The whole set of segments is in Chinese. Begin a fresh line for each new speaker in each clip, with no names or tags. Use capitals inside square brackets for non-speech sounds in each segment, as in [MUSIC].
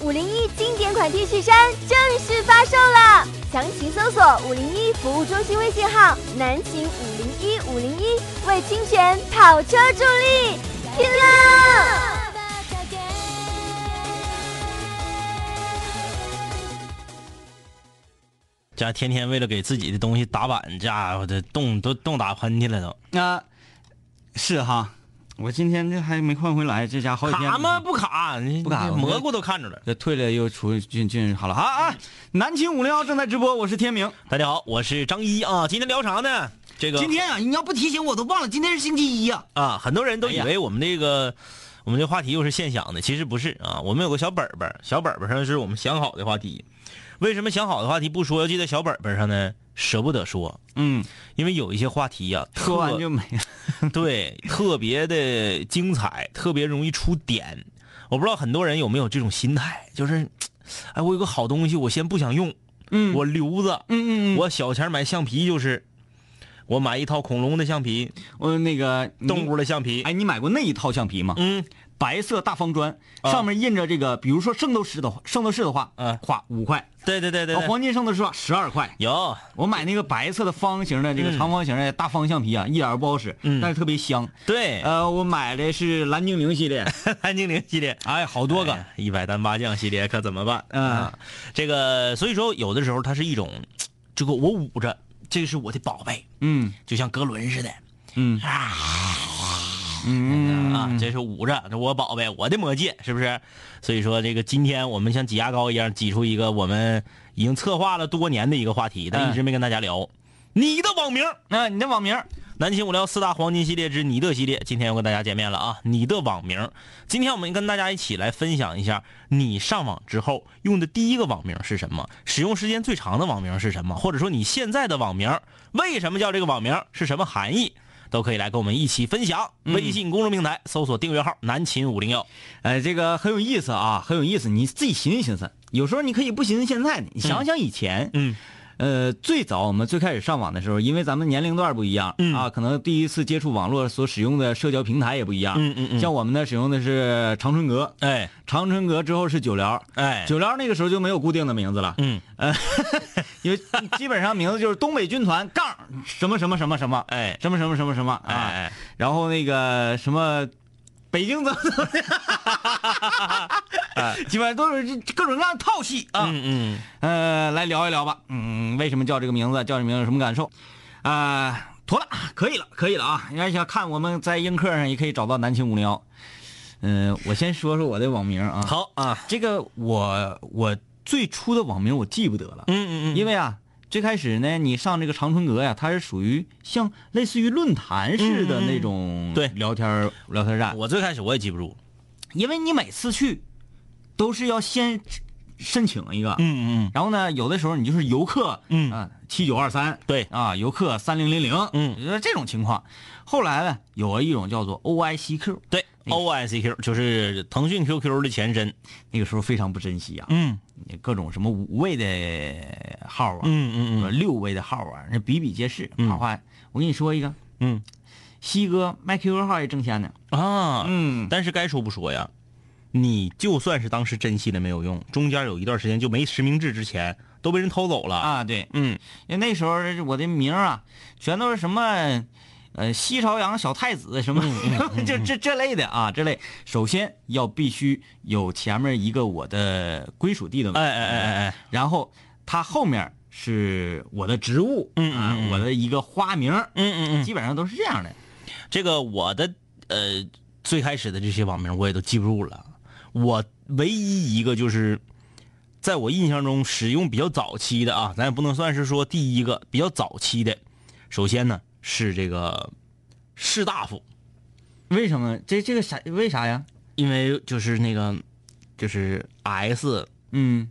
五零一经典款 T 恤衫正式发售了，详情搜索五零一服务中心微信号“南行五零一五零一”，为清泉跑车助力，拼了！
家天天为了给自己的东西打板，家伙这冻都冻打喷嚏了都。
啊，是哈，我今天这还没换回来，这家好几天
卡吗？嗯不卡，你
不卡
你蘑菇都看着了。
这退了又出进进好了啊啊！南秦五零幺正在直播，我是天明。
大家好，我是张一啊，今天聊啥呢？这个
今天啊，你要不提醒我都忘了，今天是星期一呀、
啊，很多人都
哎
以
呀
为我们这个、我们这话题又是现想的，其实不是啊。我们有个小本本儿，小本本上是我们想好的话题。为什么想好的话题不说，要记在小本本上呢？舍不得说，
嗯，
因为有一些话题呀、特
说完就没了。
对特别的精彩，特别容易出点。我不知道很多人有没有这种心态，就是，哎，我有个好东西，我先不想用，
嗯
我留着，
嗯嗯嗯，
我小钱买橡皮就是，我买一套恐龙的橡皮，
我那个你
动物的橡皮，
哎，你买过那一套橡皮吗？
嗯，
白色大方砖，
啊
上面印着这个，比如说圣斗士的话圣斗士的话，
嗯
画五块，
对对对对
啊
对，
黄金圣斗士画十二块。
有，
我买那个白色的方形的这个
嗯
长方形的大方橡皮啊，一点儿不好使，
嗯
但是特别香。
对，
呃，我买的是蓝精灵系列，
潘精灵系列。
[LAUGHS] 哎，好多个。
哎一百单八将系列可怎么办？
嗯
啊，这个所以说有的时候它是一种，这个我捂着，这是我的宝贝，
嗯
就像格伦似的，
嗯嗯
啊，这是捂着，这我宝贝，我的魔戒，是不是？所以说，这个今天我们像挤牙膏一样挤出一个我们已经策划了多年的一个话题，但一直没跟大家聊。你的网名，
那你的网名儿
南秦五聊四大黄金系列之你的系列，今天又跟大家见面了啊！你的网名，今天我们跟大家一起来分享一下，你上网之后用的第一个网名是什么？使用时间最长的网名是什么？或者说你现在的网名为什么叫这个网名？是什么含义？都可以来跟我们一起分享。微信公众平台搜索订阅号“南秦五零幺
哎，这个很有意思啊，很有意思。你自己寻思寻思，有时候你可以不寻思现在的，你想想以前。
嗯
呃，最早我们最开始上网的时候，因为咱们年龄段不一样、
嗯
啊，可能第一次接触网络所使用的社交平台也不一样。
嗯嗯嗯
像我们呢，使用的是长春阁”。，
哎
长春阁之后是九聊，
哎，
九聊那个时候就没有固定的名字了，
嗯
因为基本上名字就是东北军团杠什么什么什么什么，
哎
什么什么什么什么
哎
啊，
哎，
然后那个什么。北
[LAUGHS]
京怎么怎么的，基本上都是这各种各样的套系啊。
嗯嗯
呃，来聊一聊吧。嗯，为什么叫这个名字？叫这名字有什么感受？啊、妥了，可以了，可以了啊！你要想看我们在映客上也可以找到南秦五零幺。嗯、我先说说我的网名啊。，
好啊，
这个我我最初的网名我记不得了，
嗯嗯嗯，
因为啊。最开始呢，你上这个长春阁呀，它是属于像类似于论坛似的那种
对
聊天儿、聊天站，
我最开始我也记不住，
因为你每次去都是要先申请一个，
嗯嗯
然后呢，有的时候你就是游客，
嗯
啊，七九二三，
对
啊，游客三零零零，
嗯
就是这种情况。后来呢，有了一种叫做 OICQ，
对，O I C Q 就是腾讯 QQ 的前身，
那个时候非常不珍惜啊，
嗯
各种什么五位的号啊，
嗯嗯嗯
六位的号啊，那比比皆是。
嗯
花花，我跟你说一个，
嗯
西哥卖 QQ 号也挣钱呢。
啊，
嗯，
但是该说不说呀，你就算是当时珍惜了没有用，中间有一段时间就没实名制之前都被人偷走了。
啊，对，
嗯，
因为那时候我的名儿啊，全都是什么，呃，西朝阳小太子什么，
嗯
[LAUGHS] 就这这类的啊，这类。首先要必须有前面一个我的归属地的，
哎哎哎哎哎，
然后它后面是我的职务，
嗯嗯
啊，我的一个花名儿，
嗯嗯
基本上都是这样的。
嗯，这个我的呃最开始的这些网名我也都记不住了，我唯一一个就是。在我印象中，使用比较早期的啊，咱也不能算是说第一个比较早期的。首先呢是这个士大夫，
为什么？这这个啥？为啥呀？
因为就是那个就是 S
嗯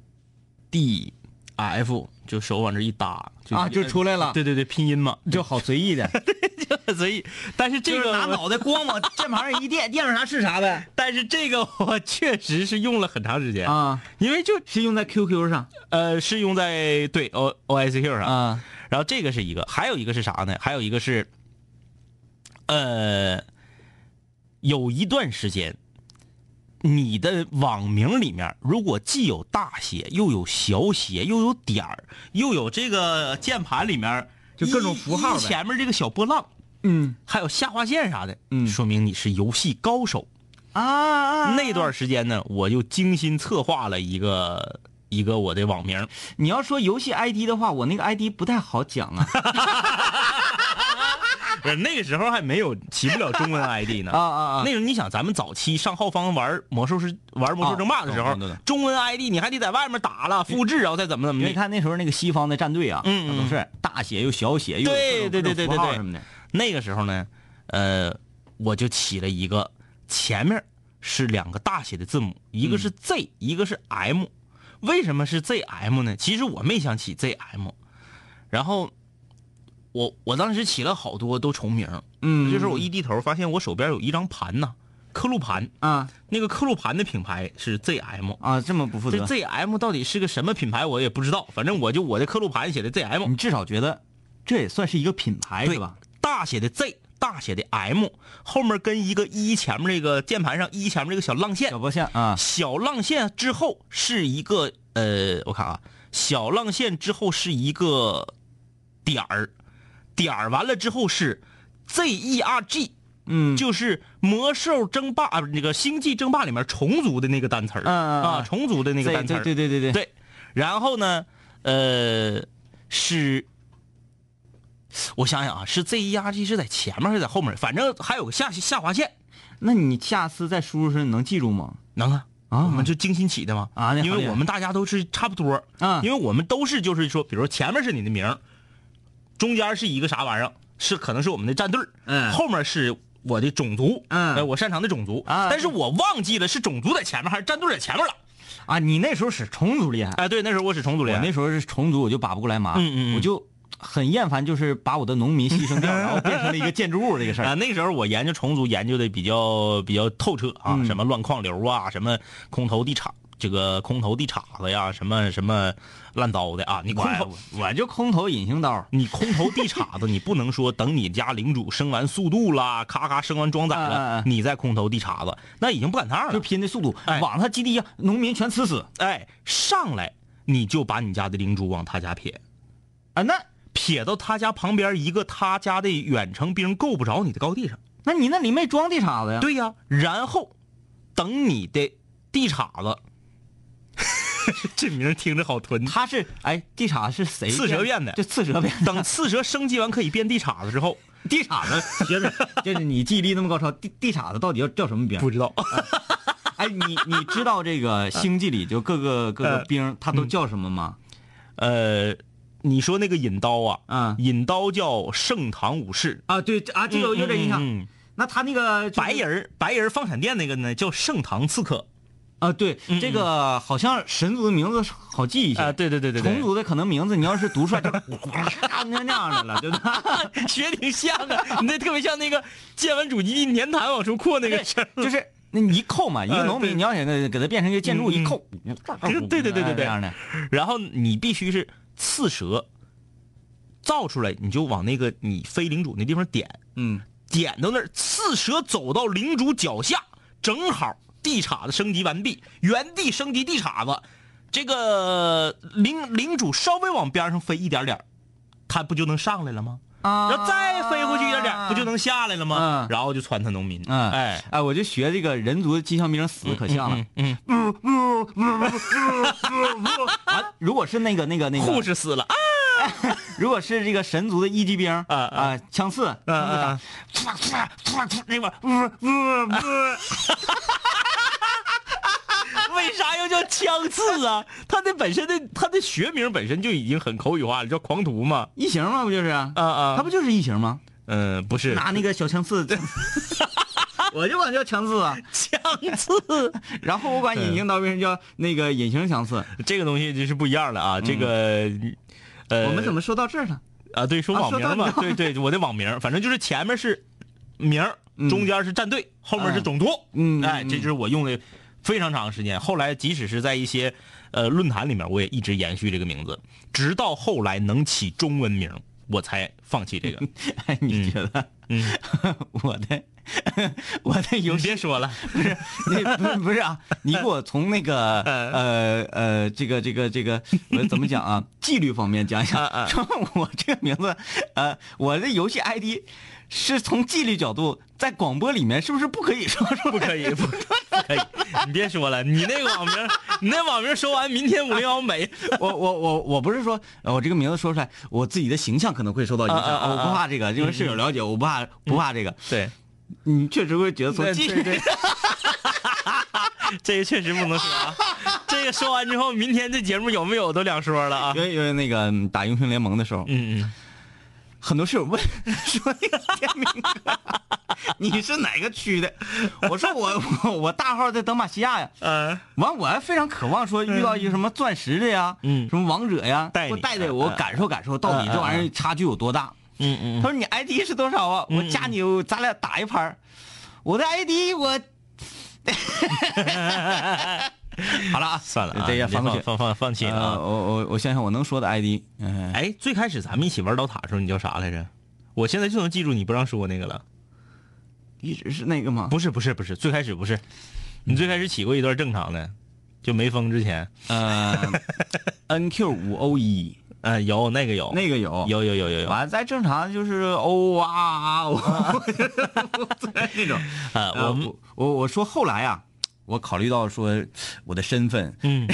D F 就手往这一搭
啊，就出来了，
对对对，拼音嘛， [LAUGHS]
就好随意的，
所以，但是这
[LAUGHS] 就是
个
拿脑袋咣往 [LAUGHS] 键盘上一垫，垫上啥是啥呗。
但是这个我确实是用了很长时间，
啊，
因为就是
用在 QQ 上
呃是用在对 O O I C Q 上，
啊。
然后这个是一个，还有一个是啥呢？还有一个是，呃，有一段时间，你的网名里面如果既有大写，又有小写，又有点儿，又有这个键盘里面
就各种符号
一
呗
一前面这个小波浪，
嗯
还有下划线啥的，
嗯
说明你是游戏高手。
啊啊，啊
那段时间呢，我就精心策划了一个一个我的网名，
你要说游戏 ID 的话，我那个 ID 不太好讲
[LAUGHS]
啊
不是那个时候还没有起不了中文 ID 呢
[LAUGHS] 啊啊啊！
那时候你想，咱们早期上浩方玩魔兽世玩魔兽争霸的时候，
啊懂懂懂
中文 ID 你还得在外面打了复制，然后再怎么怎么
因为
的。
看那时候那个西方的战队啊，
嗯嗯
都是大写又小写又
对
有
对
各种
对对
各
对
种符号
对
什么的。
那个时候呢，呃，我就起了一个，前面是两个大写的字母，一个
嗯
是 Z，、一个是 M。为什么是 ZM 呢？其实我没想起 ZM，然后我我当时起了好多都重名，
嗯，
这时候我一低头发现我手边有一张盘呐，刻录盘，
啊
那个刻录盘的品牌是 ZM。
啊，这么不负
这
责，
ZM 到底是个什么品牌，我也不知道。反正我就我的刻录盘写的 ZM，
你至少觉得这也算是一个品牌
对
是吧？？
大写的 Z，大写的 M，后面跟一个一前面这个键盘上一前面这个小浪线
小，波线啊，
小浪线之后是一个呃，我看啊，小浪线之后是一个点儿，点儿完了之后是 Z E R G，
嗯，
就是魔兽争霸啊，不是那个星际争霸里面虫族的那个单词儿、
嗯嗯嗯
啊，虫族的那个
对
单词
对
儿，
对对对
[LAUGHS]
对，
对然后呢，呃，是，我想想啊，是 Z E R G 是在前面还是在后面？反正还有个下下划线，
那你下次再输入时你能记住吗？
能啊。
啊
我们就精心起的嘛
啊那好
因
厉
为
害
我们大家都是差不多，
嗯
因为我们都是就是说，比如前面是你的名儿，中间是一个啥玩意儿，是可能是我们的战队儿，
嗯
后面是我的种族，
嗯
呃我擅长的种族
啊
但是我忘记了是种族在前面还是战队在前面了，
啊，你那时候使虫族厉害，
哎，对，那时候我是虫族
我
连，
啊那时候是虫族，我就把不过来麻，
嗯嗯嗯
我就很厌烦，就是把我的农民牺牲掉，然后变成了一个建筑物这个事
啊， [LAUGHS]
儿。
那时候我研究虫族研究的比较比较透彻啊，
嗯
什么乱矿流啊，什么空投地场，这个空投地叉子呀，什么什么乱糟的啊，你空投
我我就空投隐形刀，
你空投地叉子，你不能说等你家领主升完速度啦，咔咔升完装载
啊啊
了
啊，
你再空投地叉子，那已经不赶趟了。
就拼的速度，
哎
往他基地上农民全呲死
哎，上来你就把你家的领主往他家撇，
啊！那
撇到他家旁边一个他家的远程兵够不着你的高地上。
那你那里没装地叉子呀？
对呀、然后等你的地叉子，这名儿听着好囤。
他是哎，地叉是谁？
刺蛇变的
就刺蛇变的
等刺蛇升级完可以变地叉子之 [LAUGHS] 后，
地叉子， [LAUGHS] 学着就是你记忆力那么高超，地地叉子到底要叫什么兵？
知 [LAUGHS] 道。
哎，你你知道这
嗯
个星际里就各个各个
呃
兵他都叫什么吗？
呃，你说那个引刀啊，
嗯
引刀叫盛唐武士，
啊，对啊，这个我有点印象。
嗯嗯嗯
那他那个就是
白人儿白人儿放闪电那个呢叫盛唐刺客
啊，对，这个好像神族的名字好记一些。
啊对对对
虫族的可能名字，你要是读出来就那那样的了，对吧？
[LAUGHS] 学挺像的，你那特别像那个建完主基地粘痰往出扩那个声儿。
就是那你一扣嘛，一个
呃
农
对
民，你要想给它变成一个建筑，
嗯
一扣，
对对对对对
这样的。
然后你必须是刺蛇造出来，你就往那个你非领主那地方点，
嗯，
点到那儿，刺蛇走到领主脚下，正好地叉子升级完毕，原地升级地叉子，这个领领主稍微往边上飞一点点儿，它不就能上来了吗？
啊
然后再飞回去一点点儿，不就能下来了吗
嗯？
然后就穿他农民，
嗯，
哎，
哎，我就学这个人族的机枪兵死得可像了
嗯，嗯，
啊，如果是那个那个那
护
个，
士死了啊，
如果是这个神族的一级兵，
啊
啊，枪刺，
啊啊
枪刺啥唰唰唰那边
[LAUGHS] 为啥要叫枪刺啊？他的本身的他的学名本身就已经很口语化了，叫狂徒嘛。
异形嘛，不就是？
啊啊，
他不就是异形吗？
嗯，不是
[LAUGHS] 拿那个小
[LAUGHS]
枪刺，我就管叫枪刺啊，
枪刺，
然后我管隐形刀兵叫那个隐形枪刺。
[LAUGHS] 这个东西就是不一样了啊。这个，呃，
嗯我们怎
么
么说到这儿了？
啊？对，说
啊
网
说
名
到
嘛，
这
对对，我的网名，反正就是前面是名儿，中间是战队，后面是种族。
嗯嗯嗯
哎，
嗯
这就是我用的非常长时间。后来即使是在一些呃论坛里面，我也一直延续这个名字，直到后来能起中文名，我才放弃这个。
哎，你觉得？
嗯，
我的 [LAUGHS] 我的游
你
戏
别说 [LAUGHS] 了，
那不是不是啊，你给我从那个呃呃这个这个这个我怎么讲啊？纪律方面讲一
啊啊
下， [LAUGHS] 说我这个名字，呃，我的游戏 ID 是从纪律角度，在广播里面是不是不可以说出来？
不可以，不可 [LAUGHS] 以，你别说了，你那个网名，你那网名说完，明天五零幺 [LAUGHS] 没了。
我我我我不是说呃我这个名字说出来，我自己的形象可能会受到影响，
啊啊啊啊
我不怕这个，因为室友了解，我不怕不怕这个。
对，
你确实会觉得从纪律
对，这个确实不能说 [LAUGHS] 啊。这个说完之后，明天这节目有没有都两说了啊 [LAUGHS]
因。为因为那个嗯打英雄联盟的时候，
嗯嗯，
很多室友问 [LAUGHS] 说那个天明哥，你是哪个区的？我说我我我大号在德玛西亚呀。
呃，
完，我还非常渴望说遇到一个什么钻石的呀，
嗯
什么王者呀，
带
给我
你啊
带带
嗯
我
嗯
感受感受，到底这玩意儿差距有多大？
嗯嗯
他说你 ID 是多少啊？我加你，我咱俩打一盘儿我的 ID 我，好了啊，
算了啊，
这也
你放
翻过去。
放放放弃
呃
啊。
我我我想想我能说的 ID，嗯、
哎，最开始咱们一起玩刀塔的时候，你叫啥来着？我现在就能记住你不让说那个了。
一直是那个吗？
不是不是不是，最开始不是，你最开始起过一段正常的，就没封之前，
[LAUGHS] 呃，NQ 五 O 一
呃，有那个有，
那个哦有，
有有有有有，
完了再正常就是 O 啊 [LAUGHS] O 啊那种。
呃，
呃
我们
我我说后来啊，我考虑到说我的身份，
嗯，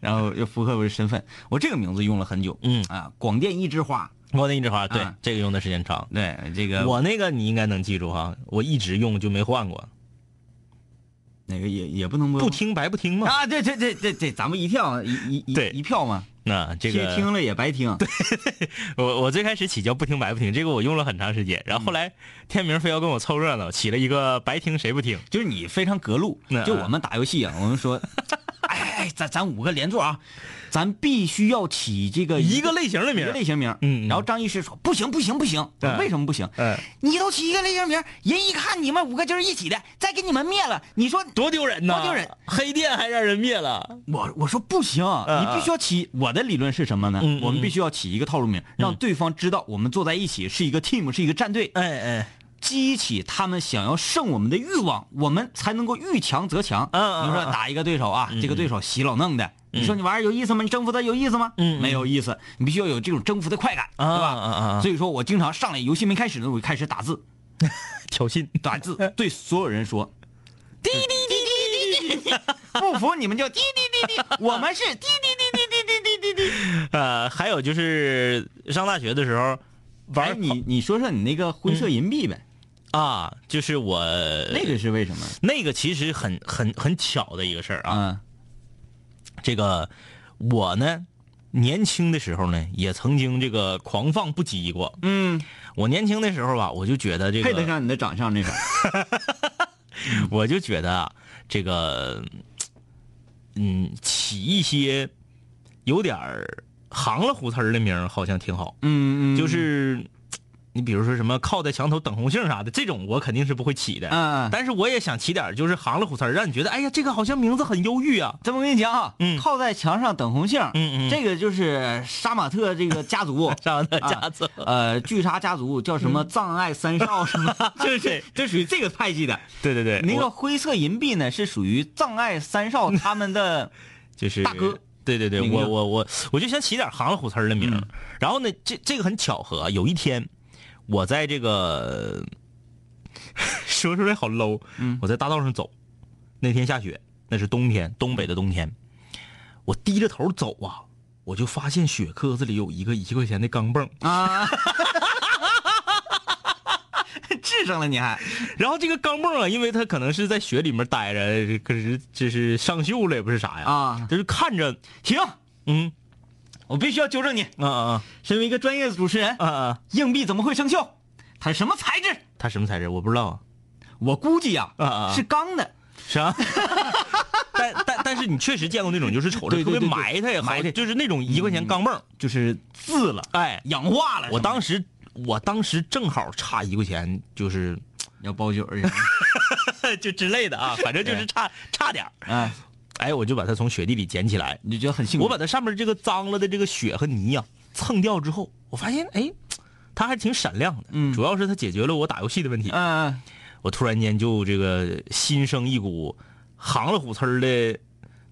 然后又符合我的身份，我这个名字用了很久，
嗯
啊，广电一枝花，
我那一枝花，对
啊，呃
这个用的时间长。
对这个
我那个你应该能记住哈，我一直用就没换过，
哪个也也不能播
不听白不听嘛。
啊，对对对对对，咱们一票一一
对
一一票嘛，
那这
听
个
听了也白听，对，
我我最开始起叫不听白不听，这个我用了很长时间，然后
嗯
后来天明非要跟我凑热闹，起了一个白听谁不听，
就是你非常隔路
嗯，
就我们打游戏啊，我们
[LAUGHS]
说，哎哎，哎咱咱五个连坐啊，咱必须要起这个
一个类型的
呃一
名
个
儿，
类型名，
嗯嗯
然后张医师说不行不行不行，我说
嗯
为什么不行？
嗯，
你都起一个类型名，人一看你们五个就是一起的，再给你们灭了，你说
多丢人呐！
多丢人！
黑店还让人灭了，
我我说不行，
嗯
你必须要起。我的理论是什么呢
嗯嗯？嗯
我们必须要起一个套路名，让对方知道我们坐在一起是一个 team，是一个战队，
哎哎，
激起他们想要胜我们的欲望，我们才能够遇强则强。
嗯嗯
你说打一个对手啊，这个对手洗老弄的，你说你玩意儿有意思吗？你征服他有意思吗？
嗯嗯
没有意思，你必须要有这种征服的快感，对
啊
吧？
啊啊啊
所以说我经常上来游戏没开始呢，我就开始打字，
挑衅，[LAUGHS]
打字对所有人说，滴滴滴滴滴滴滴，不服你们就滴滴滴滴，
[LAUGHS]
我们是滴滴滴滴滴滴滴滴滴。
呃，还有就是上大学的时候玩
哎，
儿
你你说说你那个灰色银币呗，
啊，就是我
那个是为什么？
那个其实很很很巧的一个事儿啊，
啊，
这个我呢，年轻的时候呢，也曾经这个狂放不羁过。
嗯，
我年轻的时候啊吧，我就觉得这
配得
个，
上你的长相那啥。
我就觉得啊，这个，嗯，起一些有点儿行了胡词儿的名儿好像挺好。
嗯嗯，
就是你比如说什么靠在墙头等红杏啥的，这种我肯定是不会起的。
嗯嗯
但是我也想起点儿就是行了胡词儿，让你觉得哎呀，这个好像名字很忧郁啊。
这么跟你讲啊，
嗯
靠在墙上等红杏，
嗯嗯。
这个就是杀马特这个家族
[LAUGHS] 上的
啊
家族、
呃，巨鲨家族叫什么
嗯
葬爱三少
[LAUGHS]
什么， [LAUGHS]
就是这，
这属于这个派系的。
对对对，
那
我
个灰色银币呢，是属于葬爱三少他们
[LAUGHS]
的
就是
大哥。
对对对，
明
我
亮
我我我就想起点行了虎词儿的名儿、
嗯
然后呢，这这个很巧合啊，有一天我在这个 [LAUGHS] 说出来好 low，、
嗯
我在大道上走，那天下雪，那是冬天，东北的冬天，我低着头走啊，我就发现雪壳子里有一个一块钱的钢镚儿，
啊，治上了你还
然后这个钢镚儿啊，因为它可能是在雪里面待着，可是这是上锈了也不是啥呀，
啊？
就是看着，
停，
嗯
我必须要纠正你。
啊啊
身为一个专业主持人
啊，啊，
硬币怎么会生锈？它是什么材质？
它什么材质我不知道啊。
我估计呀
啊啊，
是钢的。
是啊， [LAUGHS] 但但但是你确实见过那种，就是瞅着
对
特别
对对对
埋汰也好
埋，汰
就是那种一块钱钢镚儿
就是渍了、
哎，
氧化了。
我当
时
时我当时正好差一块钱，就是
要包酒
[LAUGHS]
去，
就之类的啊， [LAUGHS] 反正就是差差点儿
哎，
哎，我就把它从雪地里捡起来，
你就
嗯
觉得很幸福。
我把它上面这个脏了的这个雪和泥呀、蹭掉之后，我发现哎，它还挺闪亮的。
嗯
主要是它解决了我打游戏的问题。
嗯
我突然间就这个心生一股行了虎刺儿的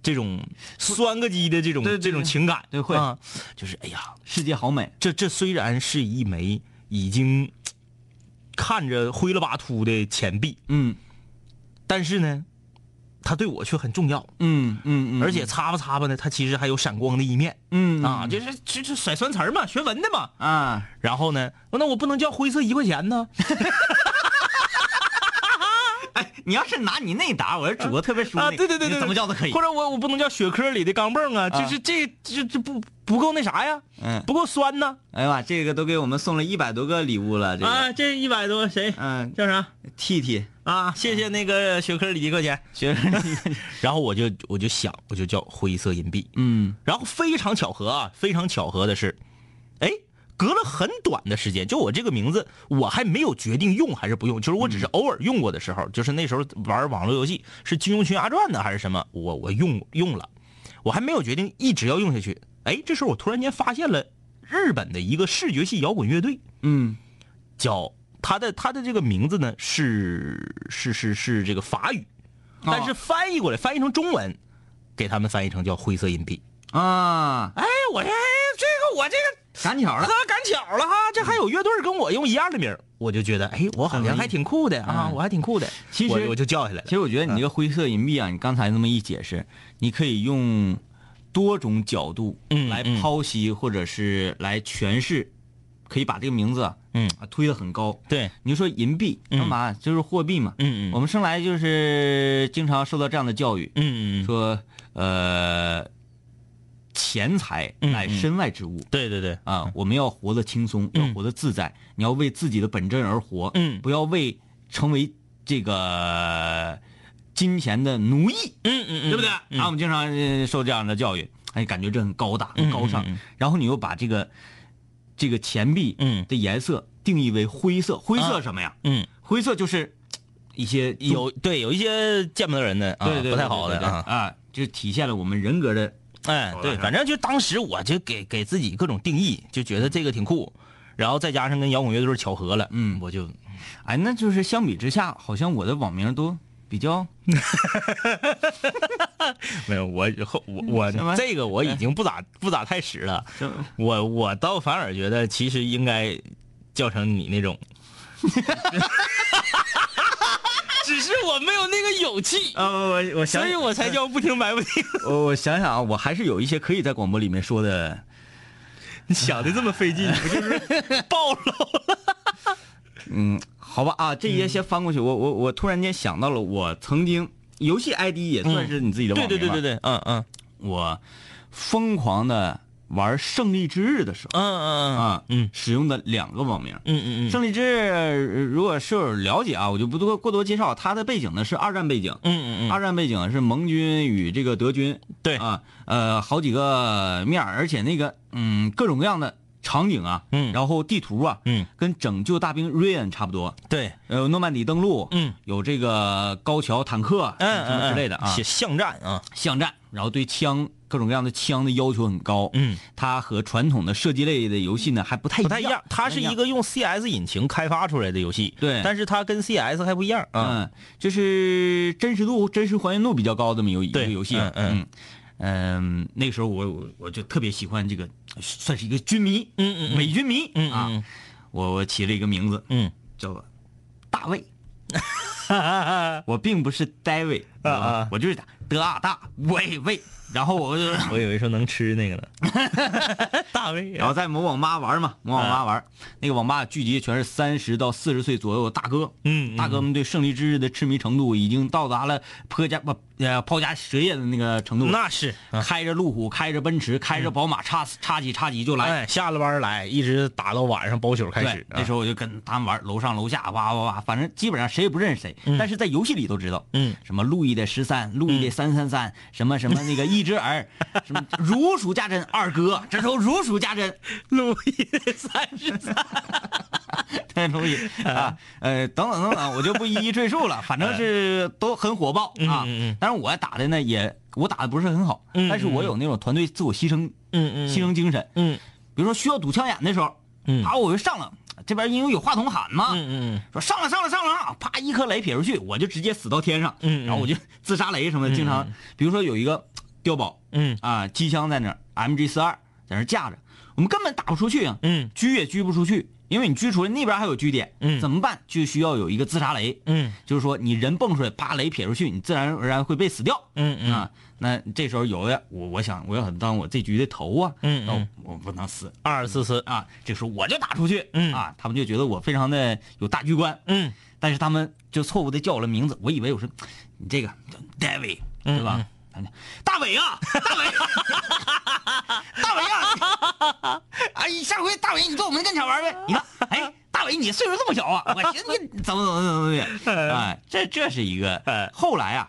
这种酸个鸡的这种
对对对
这种情感，
对会
啊，就是哎呀，
世界好美，
这这虽然是一枚已经看着灰了吧秃的钱币，
嗯
但是呢，它对我却很重要，
嗯嗯嗯，
而且擦吧擦吧呢，它其实还有闪光的一面
嗯
啊，就是这这甩酸词儿嘛，学文的嘛。
啊，
然后呢，哦那我不能叫灰色一块钱呢，
哎，你要是拿你那答，我是主播特别舒服，
啊，对对对对，
怎么叫都可以
或，者我我不能叫雪科里的钢镚啊，就是这这这不不够那啥呀，
嗯，
不够酸呢。
哎呀妈，这个都给我们送了一百多个礼物了，这个，
啊，这一百多谁
嗯，
叫啥
替替
啊？谢谢那个雪科里一块钱。
学生，
然后我就我就想，我就叫灰色银币。
嗯
然后非常巧合啊，非常巧合的是，哎，隔了很短的时间，就我这个名字，我还没有决定用还是不用，就是我只是偶尔用过的时候，就是那时候玩网络游戏是《金庸群侠传》呢还是什么，我我用用了，我还没有决定一直要用下去。哎，这时候我突然间发现了日本的一个视觉系摇滚乐队，
嗯
叫它的它的这个名字呢是是是是这个法语，
哦
但是翻译过来翻译成中文，给他们翻译成叫灰色银币。
啊，
哎，我这这个我这个
赶巧了，
那赶巧了哈，这还有乐队跟我用一样的名儿我就觉得哎，我好像还挺酷的啊，
嗯
我还挺酷的，
其实
我我就叫下来
其
了。
实我觉得你这个灰色银币啊，你刚才那么一解释，你可以用多种角度
嗯
来
嗯
剖析，或者是来诠释，可以把这个名字啊
嗯
啊推得很高。
对，
你就说银币
嗯
干嘛？就是货币嘛。
嗯嗯
我们生来就是经常受到这样的教育，
嗯嗯，
说呃，钱财乃身外之物。
对对对，
啊，我们要活得轻松，要
嗯
活得自在，你要为自己的本真而活，
嗯
不要为成为这个金钱的奴役，
嗯嗯嗯，
对不对？啊，我们经常呃受这样的教育，哎，感觉这很高大、
嗯
很高尚。
嗯嗯
然后你又把这个这个钱币
嗯
的颜色定义为灰色，灰色
啊
是什么呀？
嗯，
灰色就是一些中
有对有一些见不得人的啊，
对对对
不太好的
对对
啊，
啊，就体现了我们人格的
哎，对，反正就当时我就给给自己各种定义，就觉得这个挺酷，然后再加上跟摇滚乐队巧合了，
嗯
我就
哎，那就是相比之下，好像我的网名都
[LAUGHS]
比较
没有我后我
行吧
我这个我已经不咋不咋太实了，
就
我我倒反而觉得，其实应该叫成你那种， [LAUGHS] 只是我没有那个勇气，
呃，我我想
所以我才叫不听白不听。
我我想想啊，我还是有一些可以在广播里面说
[LAUGHS]
的。啊
你想的这么费劲，你不就是 [LAUGHS] 暴露？
嗯，好吧啊，这
嗯
些先翻过去。我我我突然间想到了，我曾经游戏 ID 也算是你自己的网
嗯对
名、
对对对
对，
对，嗯嗯
我疯狂的玩《胜利之日》的时候
嗯嗯嗯
啊，
嗯
使用的两个网名。
嗯嗯嗯
胜利之日，呃如果室友了解啊，我就不多过多介绍。它的背景呢是二战背景，
嗯嗯嗯，
二战背景是盟军与这个德军
对，
啊，呃，好几个面儿，而且那个嗯，各种各样的场景啊，
嗯
然后地图啊，
嗯，
跟《拯救大兵瑞恩》差不多，
对，
呃，诺曼底登陆，
嗯，
有这个高桥坦克，
嗯
什么
嗯
之类的啊，
写巷战啊，
巷战，然后对枪各种各样的枪的要求很高，
嗯，
它和传统的射击类的游戏呢还不太
不太一样
样，，
它是一个用 CS 引擎开发出来的游戏，
对
但是它跟 CS 还不一样啊，
嗯，就是真实度、真实还原度比较高的这么有一个
对
游戏。啊
嗯嗯
嗯嗯那时候我我我就特别喜欢这个，算是一个军迷，
嗯嗯嗯
伪军迷
嗯
啊。
嗯
我我起了一个名字
嗯。
叫大卫，我并不是 David
啊啊
我就是德啊大卫卫。然后
[LAUGHS]
我就，
我以为说能吃那个呢， [LAUGHS] 大卫啊
然后在某网吧玩
嗯
嘛，某网吧玩，那个网吧聚集全是三十到四十岁左右的大哥，
嗯嗯
大哥们对胜利之日的痴迷程度已经到达了抛家不呃抛家舍业的那个程度了。
那是，啊
开着路虎，开着奔驰，开着宝马，叉叉几叉几就来。
哎，下了班来，一直打到晚上包宿开
对，
始。啊
那时
候，
候我就跟他们玩，楼上楼下哇哇哇，反正基本上谁也不认识谁，但是在游戏里都知道。
嗯，
什么路易的十三，路易的三三三，什么什么那个一只耳，
嗯
什么如数家珍，二哥，这都如数家
[LAUGHS]
珍。
路易三 [LAUGHS] 十三，
太容易 [LAUGHS] 啊，呃，等等等等，我就不一一赘述了，反正是都很火爆啊
嗯嗯嗯嗯。
但是我打的呢也，我打的不是很好，
嗯嗯
但是我有那种团队自我牺牲、
嗯嗯
牺牲精神。
嗯
比如说需要堵枪眼的时候，
嗯
啊，我就上了，这边因为有话筒喊嘛，
嗯嗯
说上了上了上了啊，啪一颗雷撇出去，我就直接死到天上，
嗯嗯
然后我就 [LAUGHS] 自杀雷什么的，经常比如说有一个碉堡
嗯
啊，机枪在那儿，MG 四二在那儿架着，我们根本打不出去啊，
嗯
狙也狙不出去，因为你狙出来那边还有据点，
嗯
怎么办？就需要有一个自杀雷，
嗯
就是说你人蹦出来，啪雷撇出去，你自然而然会被死掉，
嗯嗯
啊，那这时候有的我我想我要想当我这局的头啊，
嗯嗯
那我我不能死
二四四，
啊，这时候我就打出去，
嗯
啊，他们就觉得我非常的有大局观，
嗯
但是他们就错误的叫我了名字，我以为我是你这个 David 对吧？他们就大伟啊，大伟，大伟 [LAUGHS] 啊！哎，下回大伟你坐我们跟前玩呗。你看，哎，大伟你岁数这么小啊，我寻思你怎么怎么怎么怎么的，哎，这这是一
哎
个。后来啊，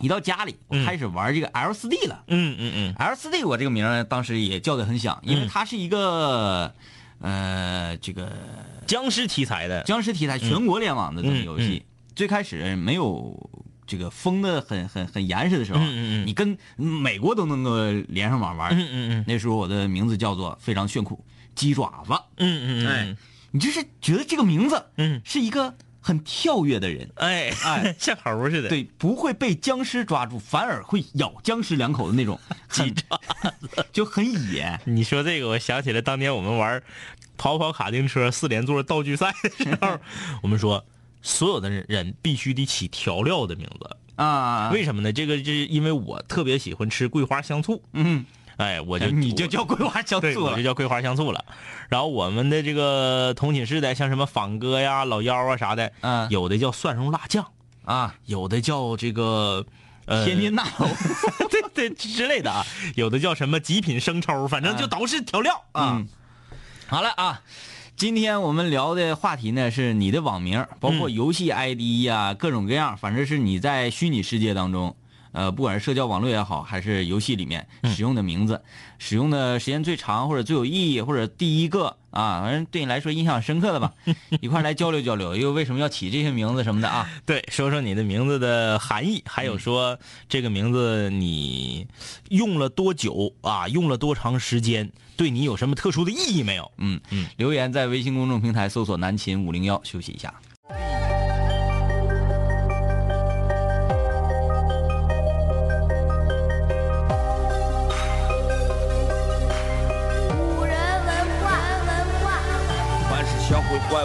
一到家里，我开始玩这个 L 四 D 了。
嗯嗯嗯
L 四 D 我这个名儿当时也叫的很响，因为它是一个，呃，这个
嗯，僵尸题材的，
僵尸题材全国联网的这么游
嗯嗯
戏，最开始没有这个封的很很很严实的时候，
嗯嗯嗯
你跟美国都能够连上网玩。
嗯嗯嗯
那时候我的名字叫做非常炫酷鸡爪子，
嗯嗯，
哎，你就是觉得这个名字，
嗯
是一个很跳跃的人，
哎 [LAUGHS]
哎，
像猴似的，，
对，不会被僵尸抓住，反而会咬僵尸两口的那种，鸡爪子 [LAUGHS] 就很野。
[LAUGHS] 你说这个，我想起来当年我们玩跑跑卡丁车四连座道具赛的时
[LAUGHS]
候，我们说所有的人必须得起调料的名字，
啊，
为什么呢？这个就是因为我特别喜欢吃桂花香醋，
嗯，
哎，我就
[LAUGHS] 你就叫桂花香
对，
醋
我
了
就，叫桂花香醋了。然后我们的这个同寝室的，像什么仿哥呀、老妖啊啥的，
嗯
有的叫蒜蓉辣酱，
啊，
有的叫这个呃
天津大楼
对 [LAUGHS] 对之类的啊，有的叫什么极品生抽，反正就都是调料啊。
嗯，好了啊，今天我们聊的话题呢是你的网名，包
嗯
括游戏 ID 呀、各种各样，反正是你在虚拟世界当中，呃，不管是社交网络也好，还是游戏里面
嗯
使用的名字，使用的时间最长，或者最有意义，或者第一个啊，反正对你来说印象深刻
[LAUGHS]
的吧，一块儿来交流交流，又为什么要起这些名字什么的啊？
对，说说你的名字的含义，还
嗯
有说这个名字你用了多久啊？用了多长时间？对你有什么特殊的意义没有？
嗯
嗯，
留言在微信公众平台搜索“南秦五零幺”，休息一下。
古人文化，文化。
凡是想毁坏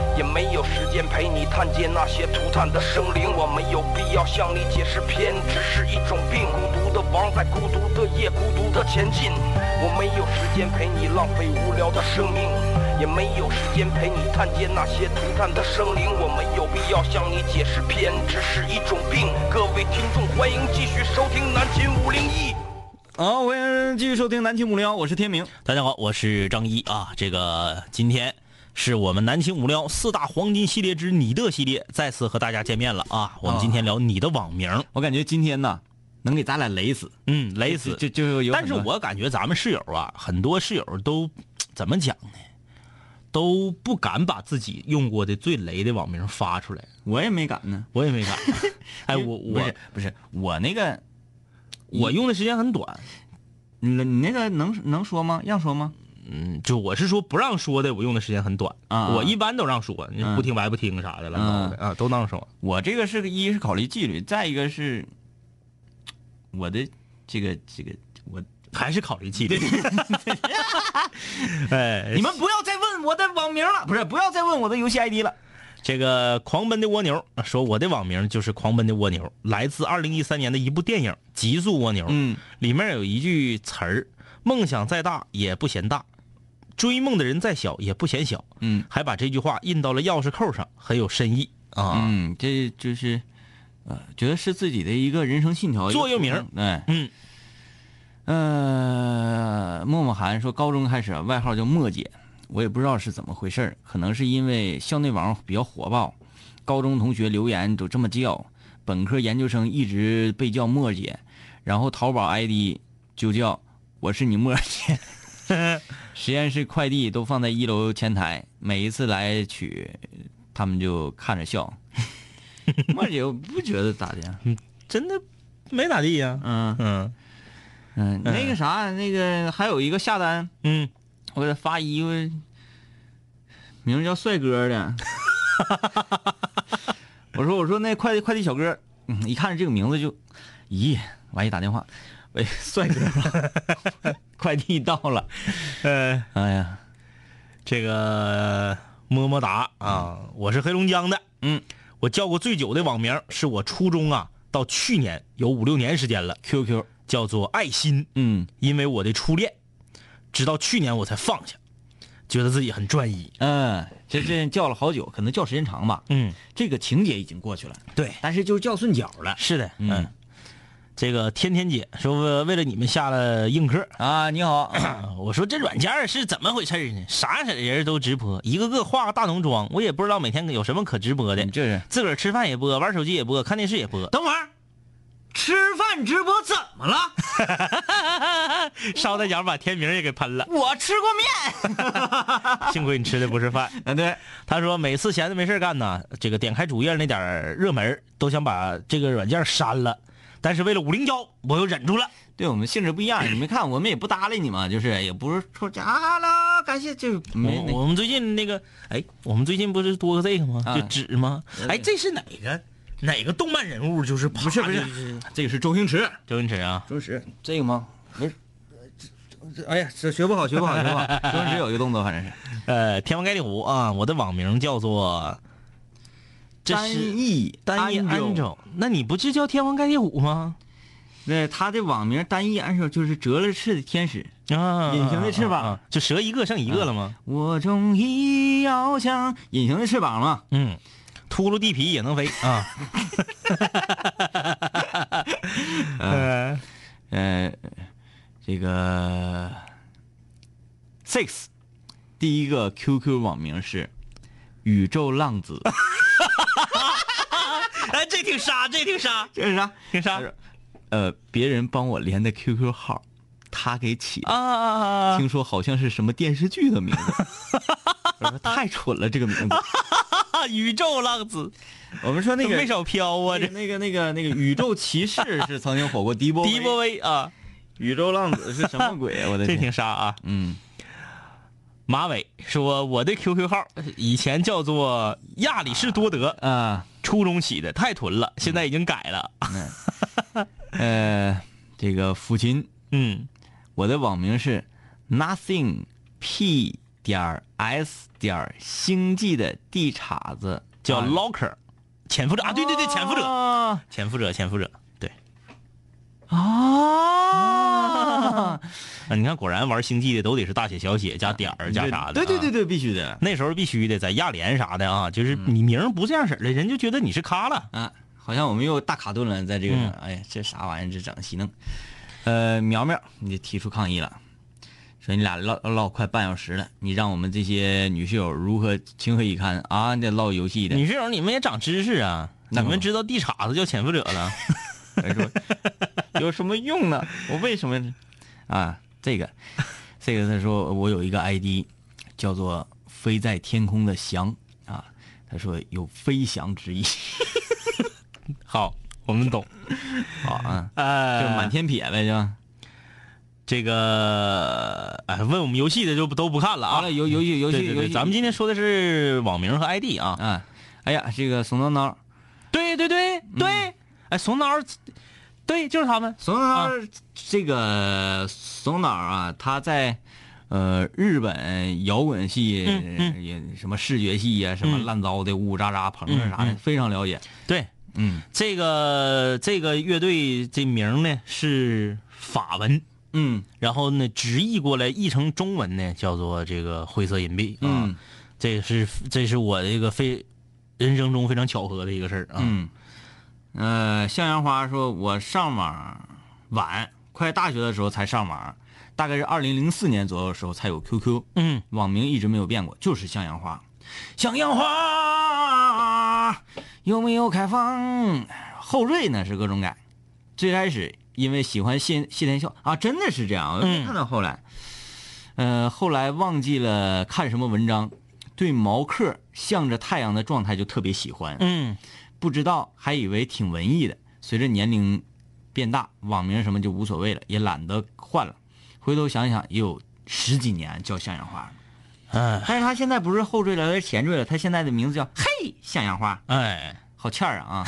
也没有时间陪你探街那些涂炭的生灵，我没有必要向你解释偏执是一种病。孤独的王在孤独的夜，孤独的前进。我没有时间陪你浪费无聊的生命，也没有时间陪你探街那些涂炭的生灵。我没有必要向你解释偏执是一种病。各位听众，欢迎继续收听南秦五零一。
好，欢迎继续收听南秦五零幺，我是天明。
大家好，我是张一啊。这个今天是我们南青五聊四大黄金系列之你的系列再次和大家见面了啊。我们今天聊你的网名，
我感觉今天呢，能给咱俩雷死，
嗯，雷死。
就就有很
但是
多。
我感觉咱们室友啊，很多室友都怎么讲呢？都不敢把自己用过的最雷的网名发出来，
我也没敢呢。
我也没
[LAUGHS]
敢。哎，我
不
我
是不是我那个，
我用的时间很短，
你你那个能能说吗？让说吗？
嗯，就我是说不让说的，我用的时间很短。
啊嗯
我一般都让说，你不听白不听啥的，乱糟的啊，都让说。
我这个是个一是考虑纪律，再一个是我的这个这个我，
还是考虑哎纪律。哎，
[LAUGHS] 你们不要再问我的网名了，不是不要再问我的游戏 ID 了。
这个狂奔的蜗牛说我的网名就是狂奔的蜗牛，来自二零一三年的一部电影《极速蜗牛》，
嗯，
里面有一句词儿：梦想再大也不嫌大，追梦的人再小也不嫌小。
嗯，
还把这句话印到了钥匙扣上，很有深意啊。
嗯，这就是，呃，觉得是自己的一个人生信条，一个
座右铭
途径。哎，
嗯，
呃，默默涵说，高中开始啊外号叫默姐，我也不知道是怎么回事儿可能是因为校内网比较火爆，高中同学留言都这么叫，本科研究生一直被叫默姐，然后淘宝 ID 就叫我是你默
[LAUGHS]
姐。实验室快递都放在一楼前台，每一次来取，他们就看着笑。默姐， [LAUGHS] 我不觉得咋的。
真的没咋地呀、
嗯
嗯
嗯，那个啥，那个还有一个下单，
嗯，
我给他发一个名儿叫帅哥 [LAUGHS] 的，我说我说那快递快递小哥，嗯，一看这个名字就，咦，完一打电话，喂，帅哥， [LAUGHS] 快递到了，
呃，
哎呀，
这个么么哒啊，我是黑龙江的，
嗯，
我叫过最久的网名是我初中啊到去年有五六年时间了，QQ 叫做爱心，
嗯
因为我的初恋，直到去年我才放下，觉得自己很专一。
嗯，这这叫了好久，可能叫时间长吧，
嗯，
这个情节已经过去了，
对，
但是就叫顺脚了
是的，
嗯
嗯，这个天天姐说为了你们下了硬课，
啊，你 [COUGHS] 好，
啊我说这软件儿是怎么回事儿呢？啥人都直播，一个个化个大浓妆，我也不知道每天有什么可直播的
你。这是
自个儿吃饭也播，玩手机也播，看电视也播。
嗯等会儿，吃饭直播怎么
[LAUGHS]
了？
烧的羊把天明也给喷了，
我吃过面。
[LAUGHS] 幸亏你吃的不
[LAUGHS]
是饭。
啊对，
他说每次闲着没事儿干呢，这个点开主页那点儿热门儿都想把这个软件儿删了，但是为了五零幺，我又忍住了。
对我们性质不一样，你没看我们也不搭理你嘛，就是也不是说啊啦，感谢就是没那
我我们最近那个，哎，我们最近不是多个这个吗？
啊
就纸吗？哎，这是哪个哪个动漫人物？就是不
不是不是，这个是周星驰，
周星驰啊？
周星驰这个吗？不是，这这哎呀，这学不好，学不好，学不好。 [LAUGHS] 周星驰有一个动作，反正是
呃，天王盖地虎啊，我的网名叫做，这
单
是
翼
单翼安，肘，那你不是叫天王盖地虎吗？
对他的网名单翼安手就是折了翅的天使。
啊，
隐形的翅膀
啊，啊啊就折一个剩一个了吗？
我终于翱翔，隐形的翅膀嘛，
嗯，秃噜地皮也能飞
[LAUGHS]
啊。呃，
呃，这个 six 第一个 QQ 网名是宇宙浪 [LAUGHS] 子，
哎，这挺杀，这啊挺杀，
这是啥？
挺杀
他说呃，别人帮我连的 QQ 号，他给起的。
啊啊啊啊！啊
听说好像是什么电视剧的名字，
[LAUGHS]
我说太蠢了，这个名字。
啊，宇宙浪子，
我们说那个
没少飘啊，
那
这
个那个那个那个宇宙骑士是曾经
[LAUGHS]
火过迪波，
迪波威啊，
宇宙浪子是什么鬼啊？
[LAUGHS]
我的
这
天，
挺杀啊。
嗯，
马尾说我的 QQ 号以前叫做亚里士多德，
啊，
初中起的，太囤了，现在已经改了。
呃，这个抚琴，
嗯，
我的网名是 nothing p 点儿 s 点儿星际的地叉子，
叫
啊
Locker，潜伏者啊，对对对，潜伏者，
啊
潜伏者，潜伏者，对
啊，
啊，你看果然玩星际的都得是大写小写加点儿加啥的，
对对对
啊。
对，必须的
那时候必须的，在亚联啥的啊，就是你名儿不这样式儿的，人就觉得你是咖了。
啊！好像我们又大卡顿了，在这个
嗯
上，哎呀，这啥玩意儿？这整的稀弄。呃，苗苗，你提出抗议了，说你俩唠唠快半小时了，你让我们这些女室友如何情何以堪啊？你得唠游戏的，
女室友，你们也长知识啊！
那
你
可
们
不
知道地叉子叫潜伏者了？
还哎说 [LAUGHS] 有什么用呢？我为什么啊？这个，这个他说我有一个 ID 叫做“飞在天空的翔”啊，他说有飞翔之意
好，我们懂。
好啊，
[LAUGHS]
就
呃，
满天撇呗，就
这个，哎，问我们游戏的就不都不看了
好
啊
了，。游游戏游
对
戏
对
游
对，
戏，
咱们今天说的是网名和 ID 啊。
啊，哎呀，这个怂叨叨，
对对对对，哎，怂脑儿，对，就是他们。
啊怂叨叨，这个怂脑啊，他在呃，日本摇滚系、
嗯嗯
也什么视觉系啊呀、什么
嗯
烂糟的呜呜喳喳、朋克啥
嗯
的，
嗯
非常了解。
对，
嗯
这个这个乐队这名呢是法文，
嗯
然后呢直译过来译成中文呢叫做这个灰色隐蔽啊，
嗯
这个是这是我这个非人生中非常巧合的一个事儿啊。
嗯，呃，向阳花说，我上网晚，快大学的时候才上网，大概是二零零四年左右的时候才有 QQ。
嗯
网名一直没有变过，就是向阳花。向阳花有没有开放？后缀呢是各种改。最开始因为喜欢谢谢天笑啊，真的是这样，我没看到后来。呃，后来忘记了看什么文章，对毛克向着太阳的状态就特别喜欢。
嗯
不知道，还以为挺文艺的。随着年龄变大，网名什么就无所谓了，也懒得换了。回头想想，也有十几年叫向阳花了。
哎
但是他现在不是后缀了，而是前缀了。他现在的名字叫嘿向阳花，
哎。
好欠儿啊！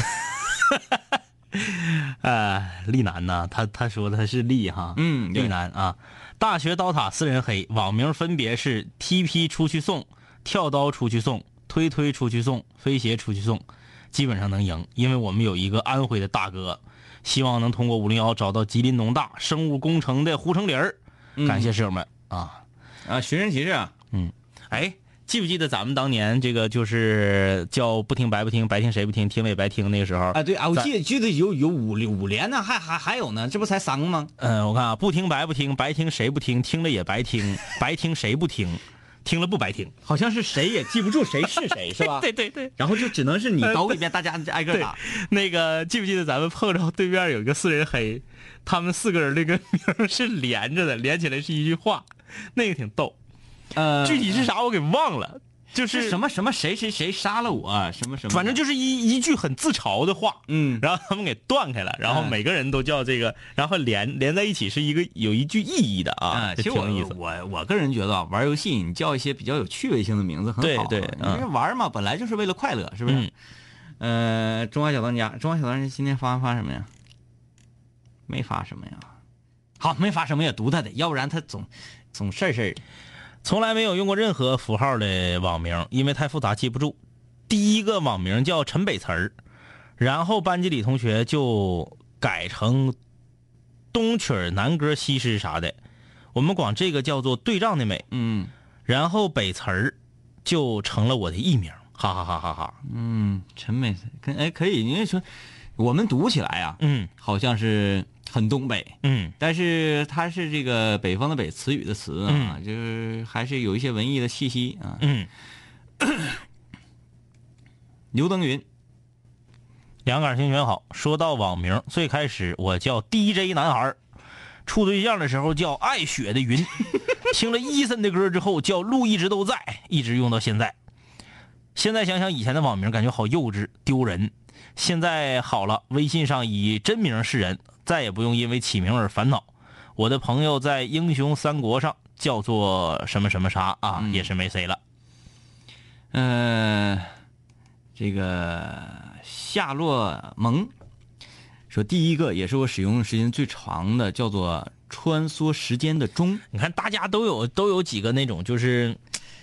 呃，丽楠呐，他他说他是丽哈，[LAUGHS]
嗯对
丽楠啊，大学刀塔四人黑，网名分别是 TP 出去送、跳刀出去送、推推出去送、飞鞋出去送，基本上能赢，因为我们有一个安徽的大哥，希望能通过五零幺找到吉林农大生物工程的胡成林儿，感谢室友们啊，
啊，寻人启事啊，
哎。记不记得咱们当年这个就是叫不听白不听，白听谁不听，听了也白听那个时候？
对啊，我
咱
记记得有有五五连呢，还还还有呢，这不才三个吗？
嗯，我看啊，不听白不听，白听谁不听？听了也白
[LAUGHS]
听，白听谁不听？听了不白听，
好像是谁也记不住谁是谁，是吧？
[LAUGHS] 对呃对对，
然后就只能是你捣鼓一遍，大家挨个打。
那个记不记得咱们碰着对面有一个四人黑，他们四个人那个名儿是连着的，连起来是一句话，那个挺逗。
呃，
具体是啥我给忘了，就是
是什么什么谁谁谁杀了我，啊什么什么，
反正就是一一句很自嘲的话，
嗯
然后他们给断开了，然后
嗯
每个人都叫这个，然后连连在一起是一个有一句意义的啊，
啊，
这
其实
挺
我
有意思。
我我个人觉得啊，玩游戏你叫一些比较有趣味性的名字很
对
好啊，
对
你
嗯
这玩嘛，本来就是为了快乐，是不是？呃，中华小当家，中华小当家今天发没发什么呀？没发什么呀？好，没发什么也读他的，要不然他总总事儿事儿。
从来没有用过任何符号的网名，因为太复杂记不住。第一个网名叫陈北词儿，然后班级里同学就改成东曲儿南歌西诗啥的，我们管这个叫做对仗的美。
嗯
然后北词儿就成了我的艺名，哈哈哈哈哈。
嗯，陈美跟哎可以，你说我们读起来啊，
嗯
好像是很东北，
嗯
但是它是这个北方的北，词语的词啊，就是还是有一些文艺的气息啊。
嗯，
刘登云，
两杆儿清泉好。说到网名，最开始我叫 DJ 男孩儿，处对象的时候叫爱雪的云，听了伊森的歌之后叫路一直都在，一直用到现在。现在想想以前的网名，感觉好幼稚丢人。现在好了，微信上以真名示人，再也不用因为起名而烦恼。我的朋友在英雄三国上叫做什么什么啥啊，
嗯
也是没谁了。
呃，这个夏洛蒙说，第一个也是我使用时间最长的，叫做穿梭时间的钟，
你看，大家都有都有几个那种就是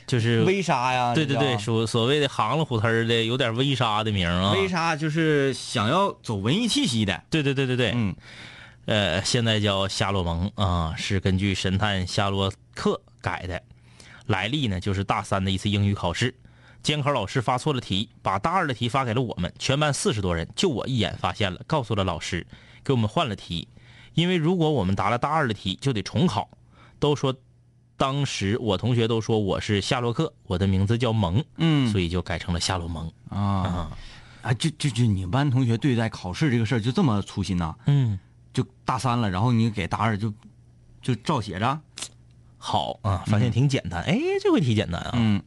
就是
微莎呀，
对对对，
你知道
所所谓的行了虎呒儿的，有点微沙的名儿啊
吗。微莎就是想要走文艺气息的，
对对对对对，
嗯，
呃，现在叫夏洛蒙啊，是根据神探夏洛克改的。来历呢，就是大三的一次英语考试，监考老师发错了题，把大二的题发给了我们，全班四十多人，就我一眼发现了，告诉了老师，给我们换了题，因为如果我们答了大二的题，就得重考。都说，当时我同学都说我是夏洛克，我的名字叫蒙，
嗯
所以就改成了夏洛蒙。
啊啊，就就就你们班同学对待考试这个事儿就这么粗心呐、
嗯，
就大三了，然后你给大二就就照写着，
好啊，发现挺简单。哎、这回题简单啊。
嗯，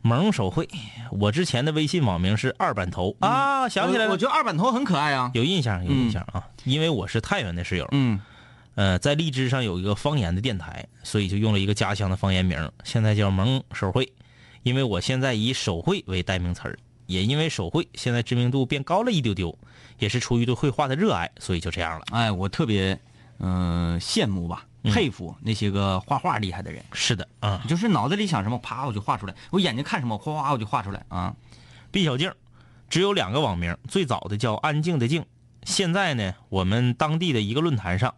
萌手绘，我之前的微信网名是二板头啊，想起来
嗯我嗯
了
我，觉得二板头很可爱啊，
有印象，有印象啊，因为我是太原的室友，
嗯
呃，在荔枝上有一个方言的电台，所以就用了一个家乡的方言名，现在叫萌手绘，因为我现在以手绘为代名词儿，也因为手绘现在知名度变高了一丢丢，也是出于对绘画的热爱，所以就这样了。
哎，我特别嗯、呃羡慕吧，佩服那些个画画厉害的人，
是的啊，
就是脑子里想什么，啪我就画出来，我眼睛看什么，哗哗我就画出来啊。
毕小静只有两个网名，最早的叫安静的静，现在呢，我们当地的一个论坛上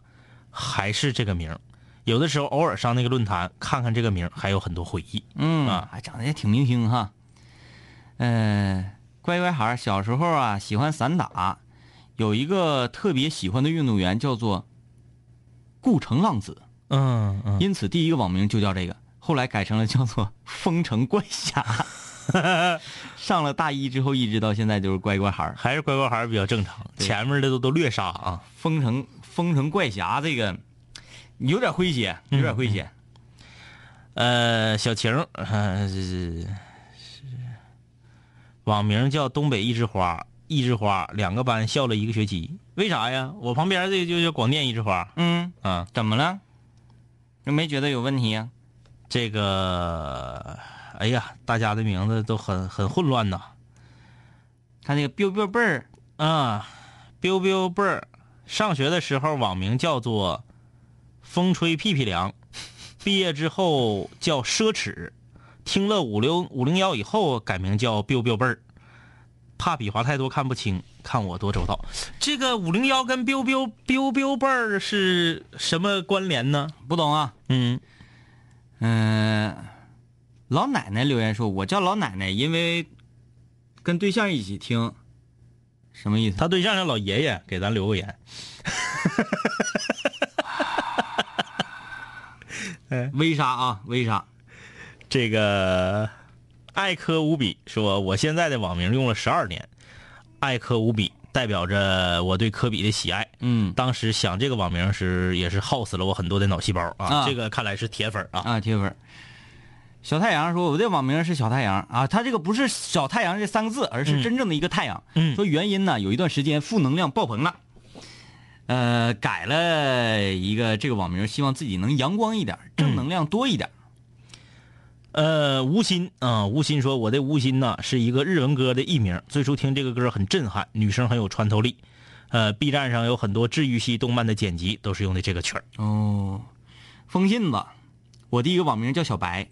还是这个名儿。有的时候偶尔上那个论坛看看这个名儿，还有很多回忆。
嗯
啊，
还长得也挺明星哈。嗯，乖乖孩儿小时候啊喜欢散打，有一个特别喜欢的运动员叫做顾城浪子，
嗯嗯，
因此第一个网名就叫这个，后来改成了叫做风城怪
[LAUGHS]
侠。上了大一之后，一直到现在就是乖乖孩儿。
还是乖乖孩儿比较正常，
对
前面的都都略杀啊。
风城风城怪侠这个有点诙谐，有点诙谐。
呃，小晴儿，呃，是是是网名叫东北一枝花，一枝花，两个班笑了一个学期，为啥呀？我旁边这个就叫广电一枝花
嗯，
啊，
怎么了？那没觉得有问题啊呀、
这个，哎呀，大家的名字都很很混乱呐，
看这个 biu biu 贝儿，
啊，biu biu 贝儿，上学的时候网名叫做风吹屁屁凉， [LAUGHS] 毕业之后叫奢侈，听了五六五零幺以后改名叫 biu biu 贝儿，怕笔划太多看不清，看我多周到。这个五零幺跟 biu biu biu biu 贝儿是什么关联呢？
不懂啊？
嗯，
嗯、老奶奶留言说，我叫老奶奶，因为跟对象一起听，什么意思？
他对象叫老爷爷，给咱留个言。
微莎啊，微莎，
这个艾科无比说，我现在的网名用了十二年，艾科无比代表着我对科比的喜爱。
嗯
当时想这个网名时，也是耗死了我很多的脑细胞啊！
啊
这个看来是铁粉啊。
啊，铁粉儿。小太阳说：“我的网名是小太阳啊，他这个不是小太阳这三个字，而是真正的一个太阳。
嗯
说原因呢，有一段时间负能量爆棚了，呃，改了一个这个网名，希望自己能阳光一点，正能量多一点。
呃，吴昕啊、吴昕说我的吴昕呐是一个日文歌的艺名，最初听这个歌很震撼，女生很有穿透力。呃，B 站上有很多治愈系动漫的剪辑都是用的这个曲儿。
哦，封信吧，我的一个网名叫小白，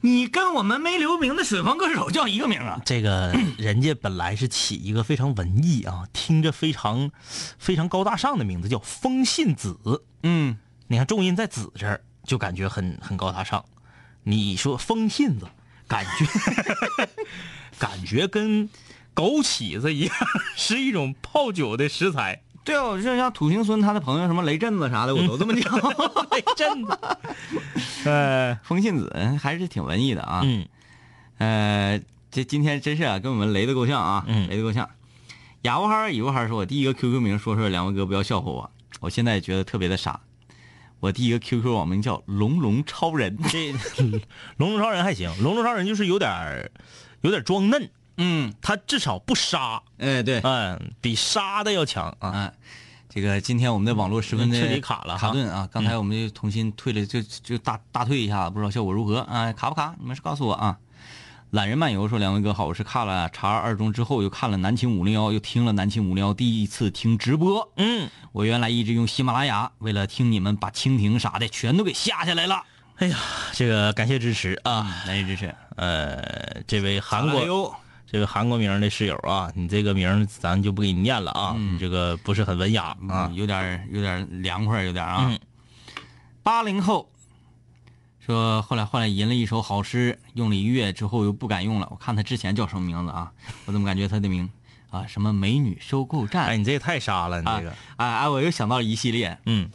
你跟我们没留名的水房歌手叫一个名啊？
这个人家本来是起一个非常文艺啊， [COUGHS] 听着非常非常高大上的名字，叫风信子。
嗯，
你看重音在“子”这儿，就感觉很很高大上。你说风信子，感觉 [LAUGHS] 感觉跟枸杞子一样，是一种泡酒的食材。 [LAUGHS]
对啊，我就像土行孙他的朋友什么雷震子啥的，我都这么 [LAUGHS] 叫。
哎，真的。呃，
风信子还是挺文艺的啊。
嗯，
呃，这今天真是啊，给我们雷的够呛啊，
嗯
雷的够呛。哑巴孩儿、尾巴孩儿说：“我第一个 QQ 名，说说两位哥不要笑话我，我现在觉得特别的傻。我第一个 QQ 网名叫‘龙龙超人
[LAUGHS] 这龙珠超人还行，龙珠超人就是有点儿有点儿装嫩，’。
嗯，
他至少不杀，
哎，对，
嗯，比杀的要强啊。
啊，这个今天我们的网络十分的
彻底卡了哈嗯
卡顿啊！刚才我们就重新退了，就就大大退一下，不知道效果如何啊？卡不卡？你们是告诉我啊！懒人漫游说：“两位哥好，我是看了查二中之后，又看了南秦五零幺，又听了南秦五零幺，第一次听直播。
嗯，
我原来一直用喜马拉雅，为了听你们，把蜻蜓啥的全都给下下来了
哎呀，这个感谢支持啊。
啊！来支持
呃，这位韩
哎
国
呦
这位韩国名儿的室友啊，你这个名儿咱就不给你念了啊，你这个不是很文雅
啊
啊，。
有点儿有点儿凉快儿，有点儿啊
嗯。
八零后说后来后来吟了一首好诗，用了一月之后又不敢用了。我看他之前叫什么名字啊？
[LAUGHS]
我怎么感觉他的名啊什么美女收购
哎，
站？
你这也太沙了，你这个
啊，哎哎，我又想到了一系列，
嗯，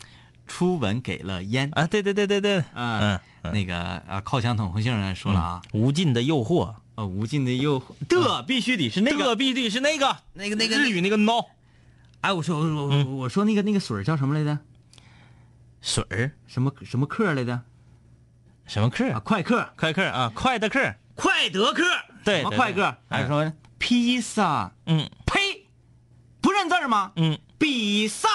初吻给了烟，
啊，对对对对对，嗯
啊，那个啊靠墙统合性呢说了啊，
无尽的诱惑，
呃无尽的诱惑
嗯
的必须得是那个
这必须是那个那个那个日语那个 no
哎，我说我
嗯
我我说那个那个水儿叫什么来着？
水儿
什么什么课来着？
什么
啊，
课？
快课，
快课啊，哎快的课，
快德克，
对，
什么
对
快课？
对
还是哎说披萨？
嗯
呸，不认字儿吗？
嗯，
比萨，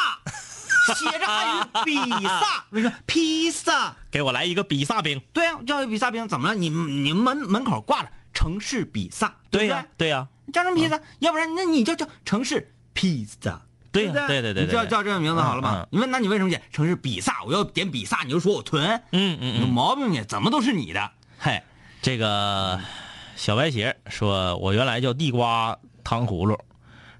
写着汉语比
[LAUGHS]
萨，为什么披萨？
给我来一个比萨冰，
对啊，叫比萨冰怎么了？你你门门口挂着城市比萨，
对
不
呀对呀，嗯
对？叫什么披萨？要不然那你就叫城市披萨。
对
不
呀对对对对
你叫
对
叫这个名字好了吧？
嗯嗯
你问那你为什么写城市比萨？我要点比萨，你就说我囤，
嗯嗯
有
嗯，
毛病你，怎么都是你的。
嗨，这个小白鞋说，我原来叫地瓜糖葫芦，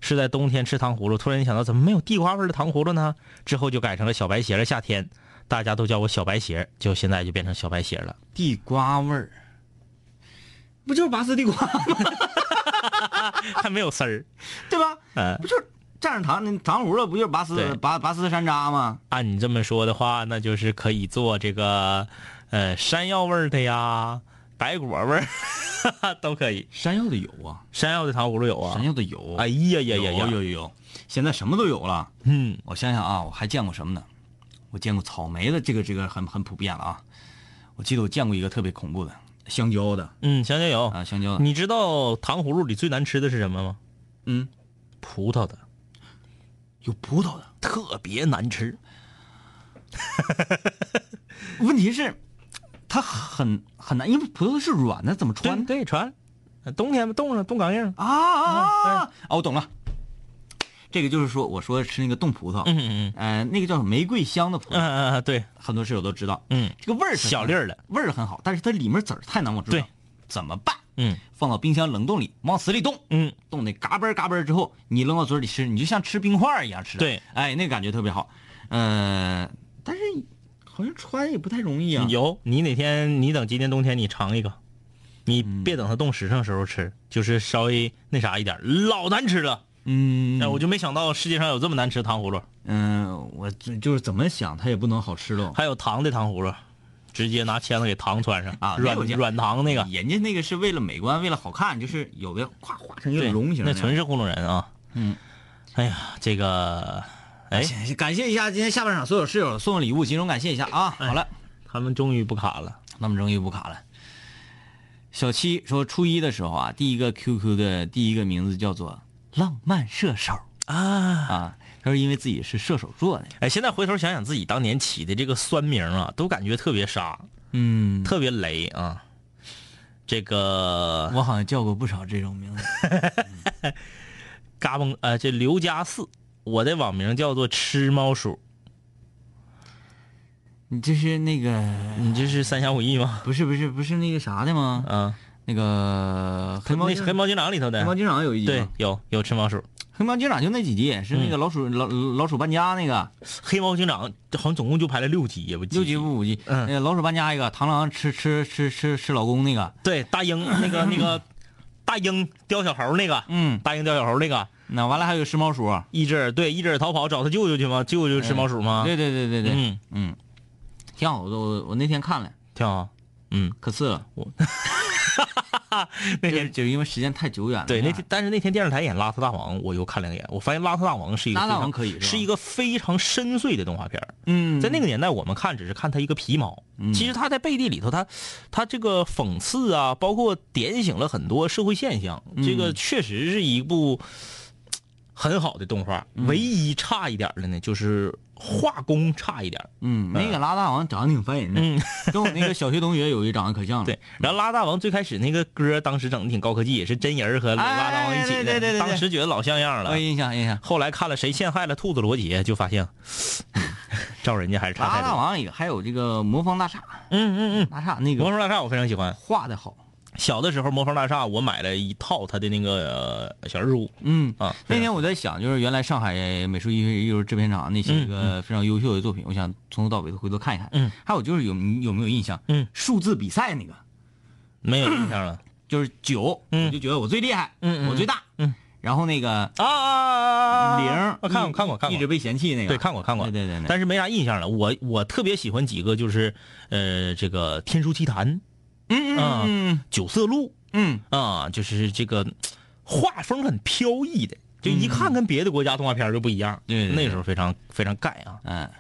是在冬天吃糖葫芦，突然想到怎么没有地瓜味儿的糖葫芦呢？之后就改成了小白鞋了。夏天大家都叫我小白鞋，就现在就变成小白鞋了。
地瓜味儿，不就是拔丝地瓜吗？
还没有丝儿，
[LAUGHS] 对吧？
嗯
不就是蘸着糖，那糖葫芦不就是拔丝
对
拔拔丝山楂吗？
按你这么说的话，那就是可以做这个，呃，山药味儿的呀，白果味儿 [LAUGHS] 都可以。
山药的有啊，
山药的糖葫芦有啊
山？药的有，
哎呀呀呀
有
呀！
有有有，现在什么都有了。
嗯，
我想想啊，我还见过什么呢？我见过草莓的，这个这个很很普遍了啊。我记得我见过一个特别恐怖的，香蕉的
嗯，香蕉有。
啊，香蕉的，
你知道糖葫芦里最难吃的是什么吗？
嗯，
葡萄的，
有葡萄的。
特别难吃。
问题是，它很很难，因为葡萄是软的，怎么穿
对对，传，呃冬天冻上冻岗硬。
啊啊啊！哦，我懂了，这个就是说，我说吃那个冻葡萄，
嗯嗯
呃，那个叫什么玫瑰香的葡
嗯
萄，
嗯嗯，对，
很多室友都知道，
嗯，
这个味儿是
小粒儿的，
味儿很好，但是它里面籽儿太难往出
对，
怎么办？
嗯
放到冰箱冷冻里，往死里冻，
嗯，
冻得嘎嘣儿嘎嘣儿之后，你扔到嘴里吃，你就像吃冰块儿一样吃，
对，
哎，那感觉特别好，呃，但是好像穿也不太容易啊，
嗯有。你哪天你等今年冬天你尝一个，你别等它冻时尚时候吃，就是稍微那啥一点，老难吃了。
嗯
哎，我就没想到世界上有这么难吃的糖葫芦，
嗯、我就就是怎么想它也不能好吃喽。
还有糖的糖葫芦，直接拿签子给糖穿上
啊
软
那我见
软糖那个，
人家那个是为了美观，为了好看，就是有的夸画成一个
对，
龙形的
那纯是糊弄人啊。
嗯，
哎呀，这个，哎
哎，，行感谢一下今天下半场所有室友送的礼物，集中感谢一下啊！好了，
他们终于不卡了。
那么终于不卡了。小七说，初一的时候啊，第一个 QQ 的第一个名字叫做“浪漫射手
啊！”
啊，他说因为自己是射手座的，
哎，现在回头想想自己当年起的这个酸名啊，都感觉特别杀，
嗯，
特别雷啊。这个
我好像叫过不少这种名字，
嘎嘣呃，这刘家四，我的网名叫做吃猫鼠，
你这是那个
你这是三侠五义吗？
不是不是不是那个啥的吗？
啊，
那个嗯黑猫
那
警
黑猫警长里头的
黑，猫警长有一集
对
吗，
有有吃猫鼠。
黑猫警长就那几集，是那
嗯
个老鼠、老老鼠搬家那个
黑猫警长好像总共就拍了六集，也不
六集不五集，
嗯
那个老鼠搬家一个，螳螂吃吃吃吃吃老公那个，
对，大鹰那个那
[LAUGHS]
个大鹰叼小猴那个，
嗯，
大鹰叼小猴那个，
那完了还有吃猫鼠，
一只耳对一只耳逃跑找他舅舅去吗？舅舅吃猫鼠吗？
哎对对对对对，
嗯，
嗯，挺好的，我我那天看了，
挺好。
[LAUGHS]
嗯，
可次了，
[LAUGHS] 那
就
天
就因为时间太久远了，
对那
那
天，但是那天电视台演《邋遢大王》，我又看两眼，我发现《邋遢大王》是一个
邋遢
非
大
常
王可以是吧
是一个非常深邃的动画片儿。
嗯，
在那个年代，我们看只是看他一个皮毛，其实他在背地里头，他他这个讽刺啊，包括点醒了很多社会现象。
嗯
这个确实是一部嘖很好的动画，
嗯
唯一差一点的呢，就是画工差一点。
嗯那个拉大王长得挺烦人的，跟我那个小学同学有一长得可像了，
嗯 [LAUGHS] 对，然后拉大王最开始那个歌，当时整的挺高科技，也是真人儿和拉大王一起
哎
的，
对对哎对对
当时觉得老像样
我有
了。
印象印象，
后来看了《谁陷害了兔子罗杰》，就发现，照人家还是差
拉
太
大
多。
王也还有这个魔方大厦，
嗯嗯
大厦那
嗯，魔
个
兽大厦我非常喜欢。
画的好。
小的时候，魔方大厦我买了一套他的那个呃小人书
嗯
啊。
那天我在想，就是原来上海美术艺艺术制片厂那些个非常优秀的作品，我想从头到尾都回头看一看。
嗯，
还有就是有你有没有印象？
嗯，
数字比赛那个
没有印象了。
就是九，
嗯
我就觉得我最厉害，
嗯嗯
我最大，
嗯，
然后那个
啊啊
零，
我看过看过看
一
过
直，被嫌弃那个，
对，看过看过，
对对对对
但是没啥印象了。我我特别喜欢几个，就是呃这个《天书奇谭》《
嗯嗯嗯
九色鹿》。
嗯
啊，就是这个嘖画风很飘逸的，就一看跟别的国家动画片儿就不一样。
对对对
那时候非常非常盖啊。
嗯嗯，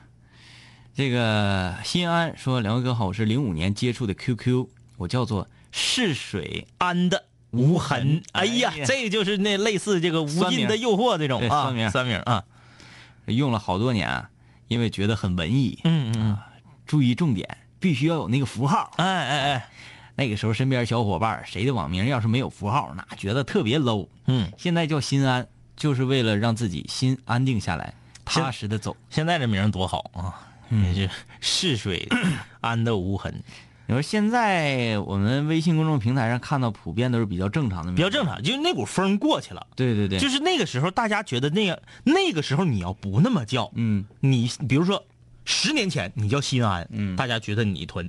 这个新安说，两位哥好，我是零五年接触的 QQ，我叫做逝水
安的无痕，哎
哎呀
呀，这就是那类似这个无
酸
尽
名
的诱惑这种
对
啊
酸，名
酸名啊，
用了好多年啊，因为觉得很文艺。
嗯嗯，
注意重点，必须要有那个符号。
哎哎哎，
那个时候身边小伙伴谁的网名要是没有符号，那觉得特别 low。
嗯，
现在叫新安，就是为了让自己心安定下来，
现
踏实的走。
现在这名儿多好啊，也是逝水安得无痕，
你说现在我们微信公众平台上看到普遍都是比较正常的名
比
字，
较正常。就是那股风过去了，
对对对，
就是那个时候大家觉得那个那个时候你要不那么叫，
嗯，
你比如说十年前你叫西安，
嗯
大家觉得你屯，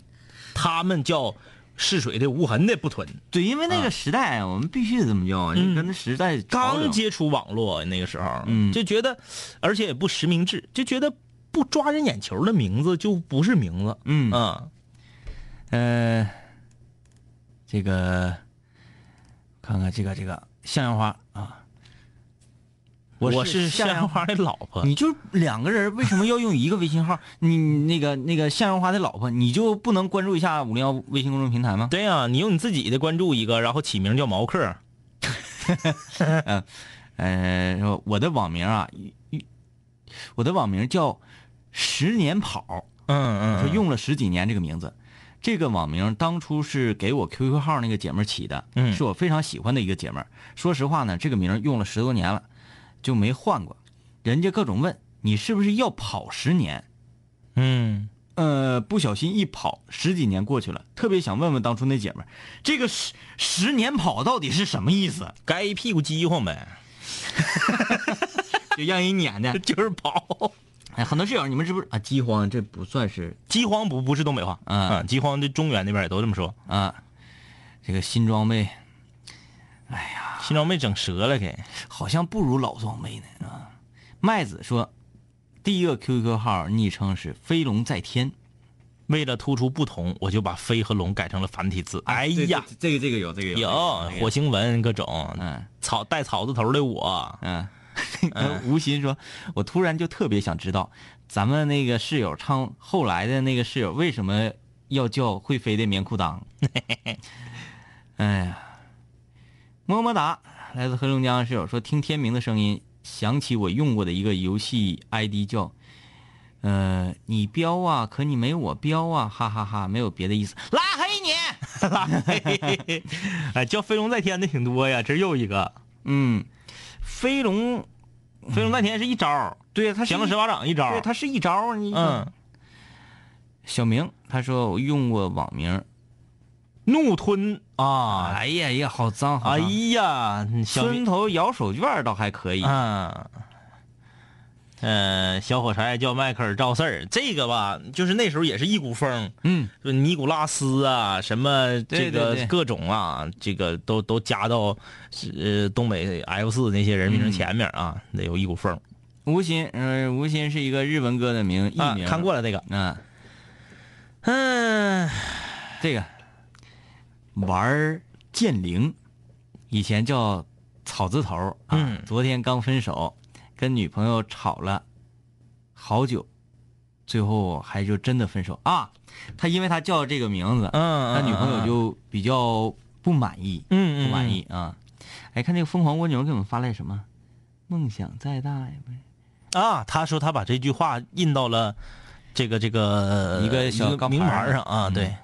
他们叫逝水的无痕的不屯。
对，因为那个时代、我们必须得这么叫啊，
嗯
你跟着时代潮流
刚接触网络那个时候，
嗯
就觉得，而且也不实名制，就觉得不抓人眼球的名字就不是名字，
嗯
啊，
呃，这个看看这个这个向阳花啊，
我
是
向
阳
阳花的老婆，
你就是两个人为什么要用一个微信号？ [LAUGHS] 你那个那个向阳花的老婆，你就不能关注一下五零幺微信公众平台吗？
对呀、你用你自己的关注一个，然后起名叫毛克，
[LAUGHS] 嗯呃，说我的网名啊，一一我的网名叫十年跑，
嗯
说用了十几年这个名字。这个网名当初是给我 QQ 号那个姐们儿起的，
嗯
是我非常喜欢的一个姐们儿。说实话呢，这个名儿用了十多年了，就没换过。人家各种问你是不是要跑十年，
嗯，
呃，不小心一跑，十几年过去了，特别想问问当初那姐们儿，这个十十年跑到底是什么意思？
该一屁股饥荒呗，
就让人撵的。
就是跑，
[LAUGHS] 哎，很多室友，你们是不是啊？饥荒这不算是
饥荒不不是东北话，
嗯
啊，饥荒这中原那边也都这么说，
啊，这个新装备
新装备整折了给，
好像不如老装备呢啊。麦子说，第一个 QQ 号昵称是飞龙在天。
为了突出不同，我就把飞和龙改成了繁体字，哎呀，
这个这个有这个
有火星文各种，
嗯
草带草字头的我， [LAUGHS]
[LAUGHS] 嗯，吴昕说：“我突然就特别想知道，咱们那个室友唱后来的那个室友为什么要叫会飞的棉裤裆？” [LAUGHS] 哎呀，么么哒！来自黑龙江的室友说：“听天明的声音，想起我用过的一个游戏 ID 叫。”呃，你彪啊，可你没我彪啊，哈哈哈没有别的意思，拉黑你。 [LAUGHS]
哎，叫飞龙在天的挺多呀，这又一个
嗯，飞龙，
飞龙在天是一招，
嗯对呀，他
降龙十八掌一招，
对，它是一招儿。你
啊嗯，
小明他说我用过网名儿，
怒吞啊，
哎呀呀，好脏！好
哎
脏
呀，小
村
明，
头摇手绢儿倒还可以，
嗯。嗯，小火柴叫迈克尔赵四儿，这个吧，就是那时候也是一股风，
嗯，
就尼古拉斯啊，什么这
对对
个
对
各种啊，这个都都加到呃东北 F 四那些人名
嗯
前面啊，得有一股风。
吴昕，呃，吴昕是一个日文歌的名艺
啊
名，
看过了这个，
嗯，
嗯，
这个玩儿剑灵，以前叫草字头儿啊，
嗯
昨天刚分手，跟女朋友吵了好久，最后还就真的分手啊。他因为他叫这个名字，
嗯
他女朋友就比较不满意，
嗯嗯
不满意啊。哎，看这个疯狂蜗牛给我们发来什么？梦想再大也不是
啊，他说他把这句话印到了这个这个
一个小钢
名
牌
牌
儿
上啊，
嗯
对，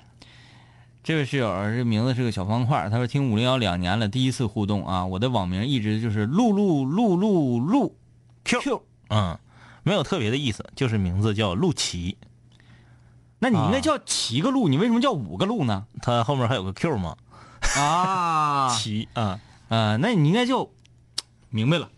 这位室友，这名字是个小方块儿。他说听五零幺两年了，第一次互动啊。我的网名一直就是露露露露露 Q Q。
嗯，没有特别的意思，就是名字叫陆琪，
那你应
啊
该叫七个露，你为什么叫五个露呢？
他后面还有个 Q 嘛，
[LAUGHS] 啊
琪啊，
呃，那你应该叫，明白了，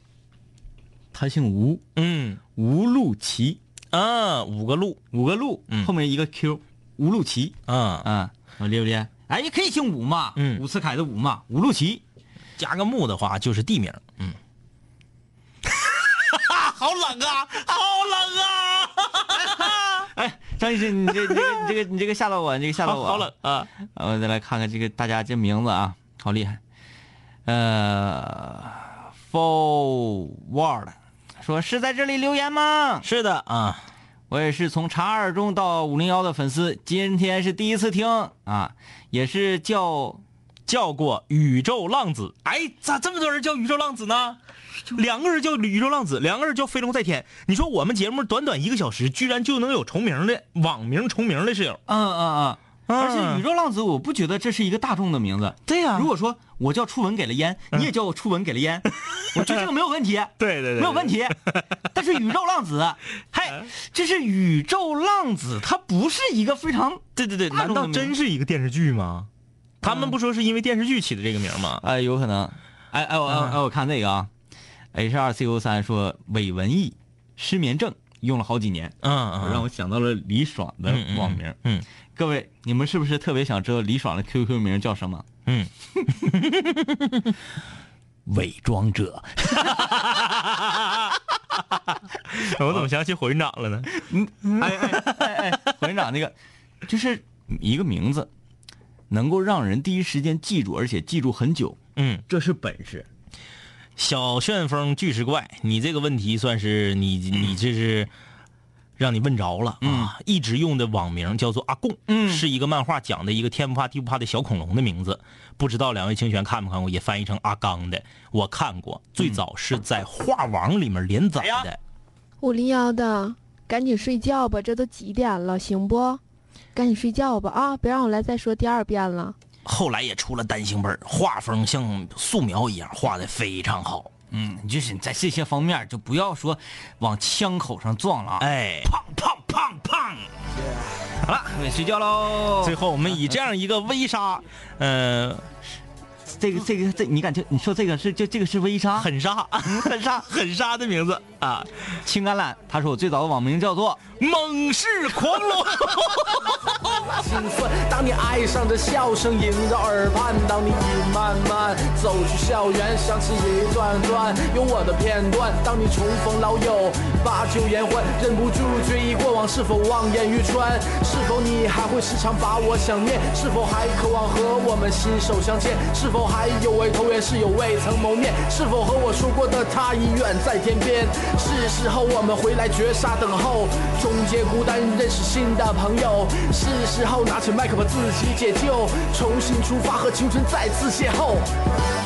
他姓吴，
嗯
吴露琪，
啊，五个陆，
五个露，
嗯
后面一个 Q，吴露琪
啊，
啊，我厉不厉害？哎，也可以姓吴嘛，
嗯
伍思凯的吴嘛，吴露琪。
加个木的话就是地名，
[LAUGHS]
嗯。好冷啊，好冷啊，
哎，张医生，你这、你这个、你这个、你这个吓到我，你这个吓到
好 [LAUGHS]
我，
好冷啊！
呃，我再来看看这个大家这名字啊，好厉害。呃，forward 说是在这里留言吗？
是的啊，
我也是从茶二中到五零幺的粉丝，今天是第一次听啊，也是叫
叫过宇宙浪子。哎，咋这么多人叫宇宙浪子呢？两个人叫宇宙浪子，两个人叫飞龙在天。你说我们节目短短一个小时，居然就能有重名的网名重名的室友，
嗯嗯嗯，
嗯
而且宇宙浪子，我不觉得这是一个大众的名字。
对呀
如果说我叫初吻给了烟，你也叫我初吻给
[LAUGHS]
了烟，我觉得这个没有问题。
对嗯对对
没有问题。但是宇宙浪
[LAUGHS]
子，嗨，这是宇宙浪子，它不是一个非常
对对对，
大
难
众的
道
名
真是一个电视剧吗？他们不说是因为电视剧起的这个名吗？
哎，有可能。哎哎，我哎
嗯
哎，我看这个啊，H 二 C O 三说伪文艺、失眠症用了好几年，
嗯嗯，
让我想到了李爽的
嗯嗯
网名。
嗯
各位，你们是不是特别想知道李爽的 QQ 名叫什么？
嗯，
伪装者。
我怎么想起火云掌了呢？
哎哎哎 [LAUGHS] 哎，火云长那个，就是一个名字，能够让人第一时间记住，而且记住很久，
嗯，
这是本事。
小旋风巨石怪，你这个问题算是你你这是让你问着了啊！一直用的网名叫做阿贡，嗯，是一个漫画讲的一个天不怕地不怕的小恐龙的名字。不知道两位清泉看没看过，也翻译成阿刚的，我看过，最早是在画网里面连载的。
五零幺的，赶紧睡觉吧，这都几点了，行不？赶紧睡觉吧啊！别让我来再说第二遍了。
后来也出了单行本，画风像素描一样画的非常好。
嗯，就是在这些方面就不要说往枪口上撞了啊！
哎，
胖胖胖胖。好了，我睡觉喽。
最后我们以这样一个微杀，呃，
这个这个这，你感觉你说这个是就这个是微商？
狠杀，狠杀， [LAUGHS] 狠杀的名字啊，
青橄榄，他说我最早的网名叫做
猛士狂龙。
兴奋。当你爱上这笑声萦绕耳畔，当你已慢慢走出校园，想起一段段有我的片段。当你重逢老友，把酒言欢，忍不住追忆过往，是否望眼欲穿？是否你还会时常把我想念？是否还渴望和我们携手相见？是否还有位投缘室友未曾谋面？是否和我说过的他已远在天边？是时候我们回来绝杀等候，终结孤单，认识新的朋友。是时候拿起麦克把自己解救，重新出发，和青春再次邂逅。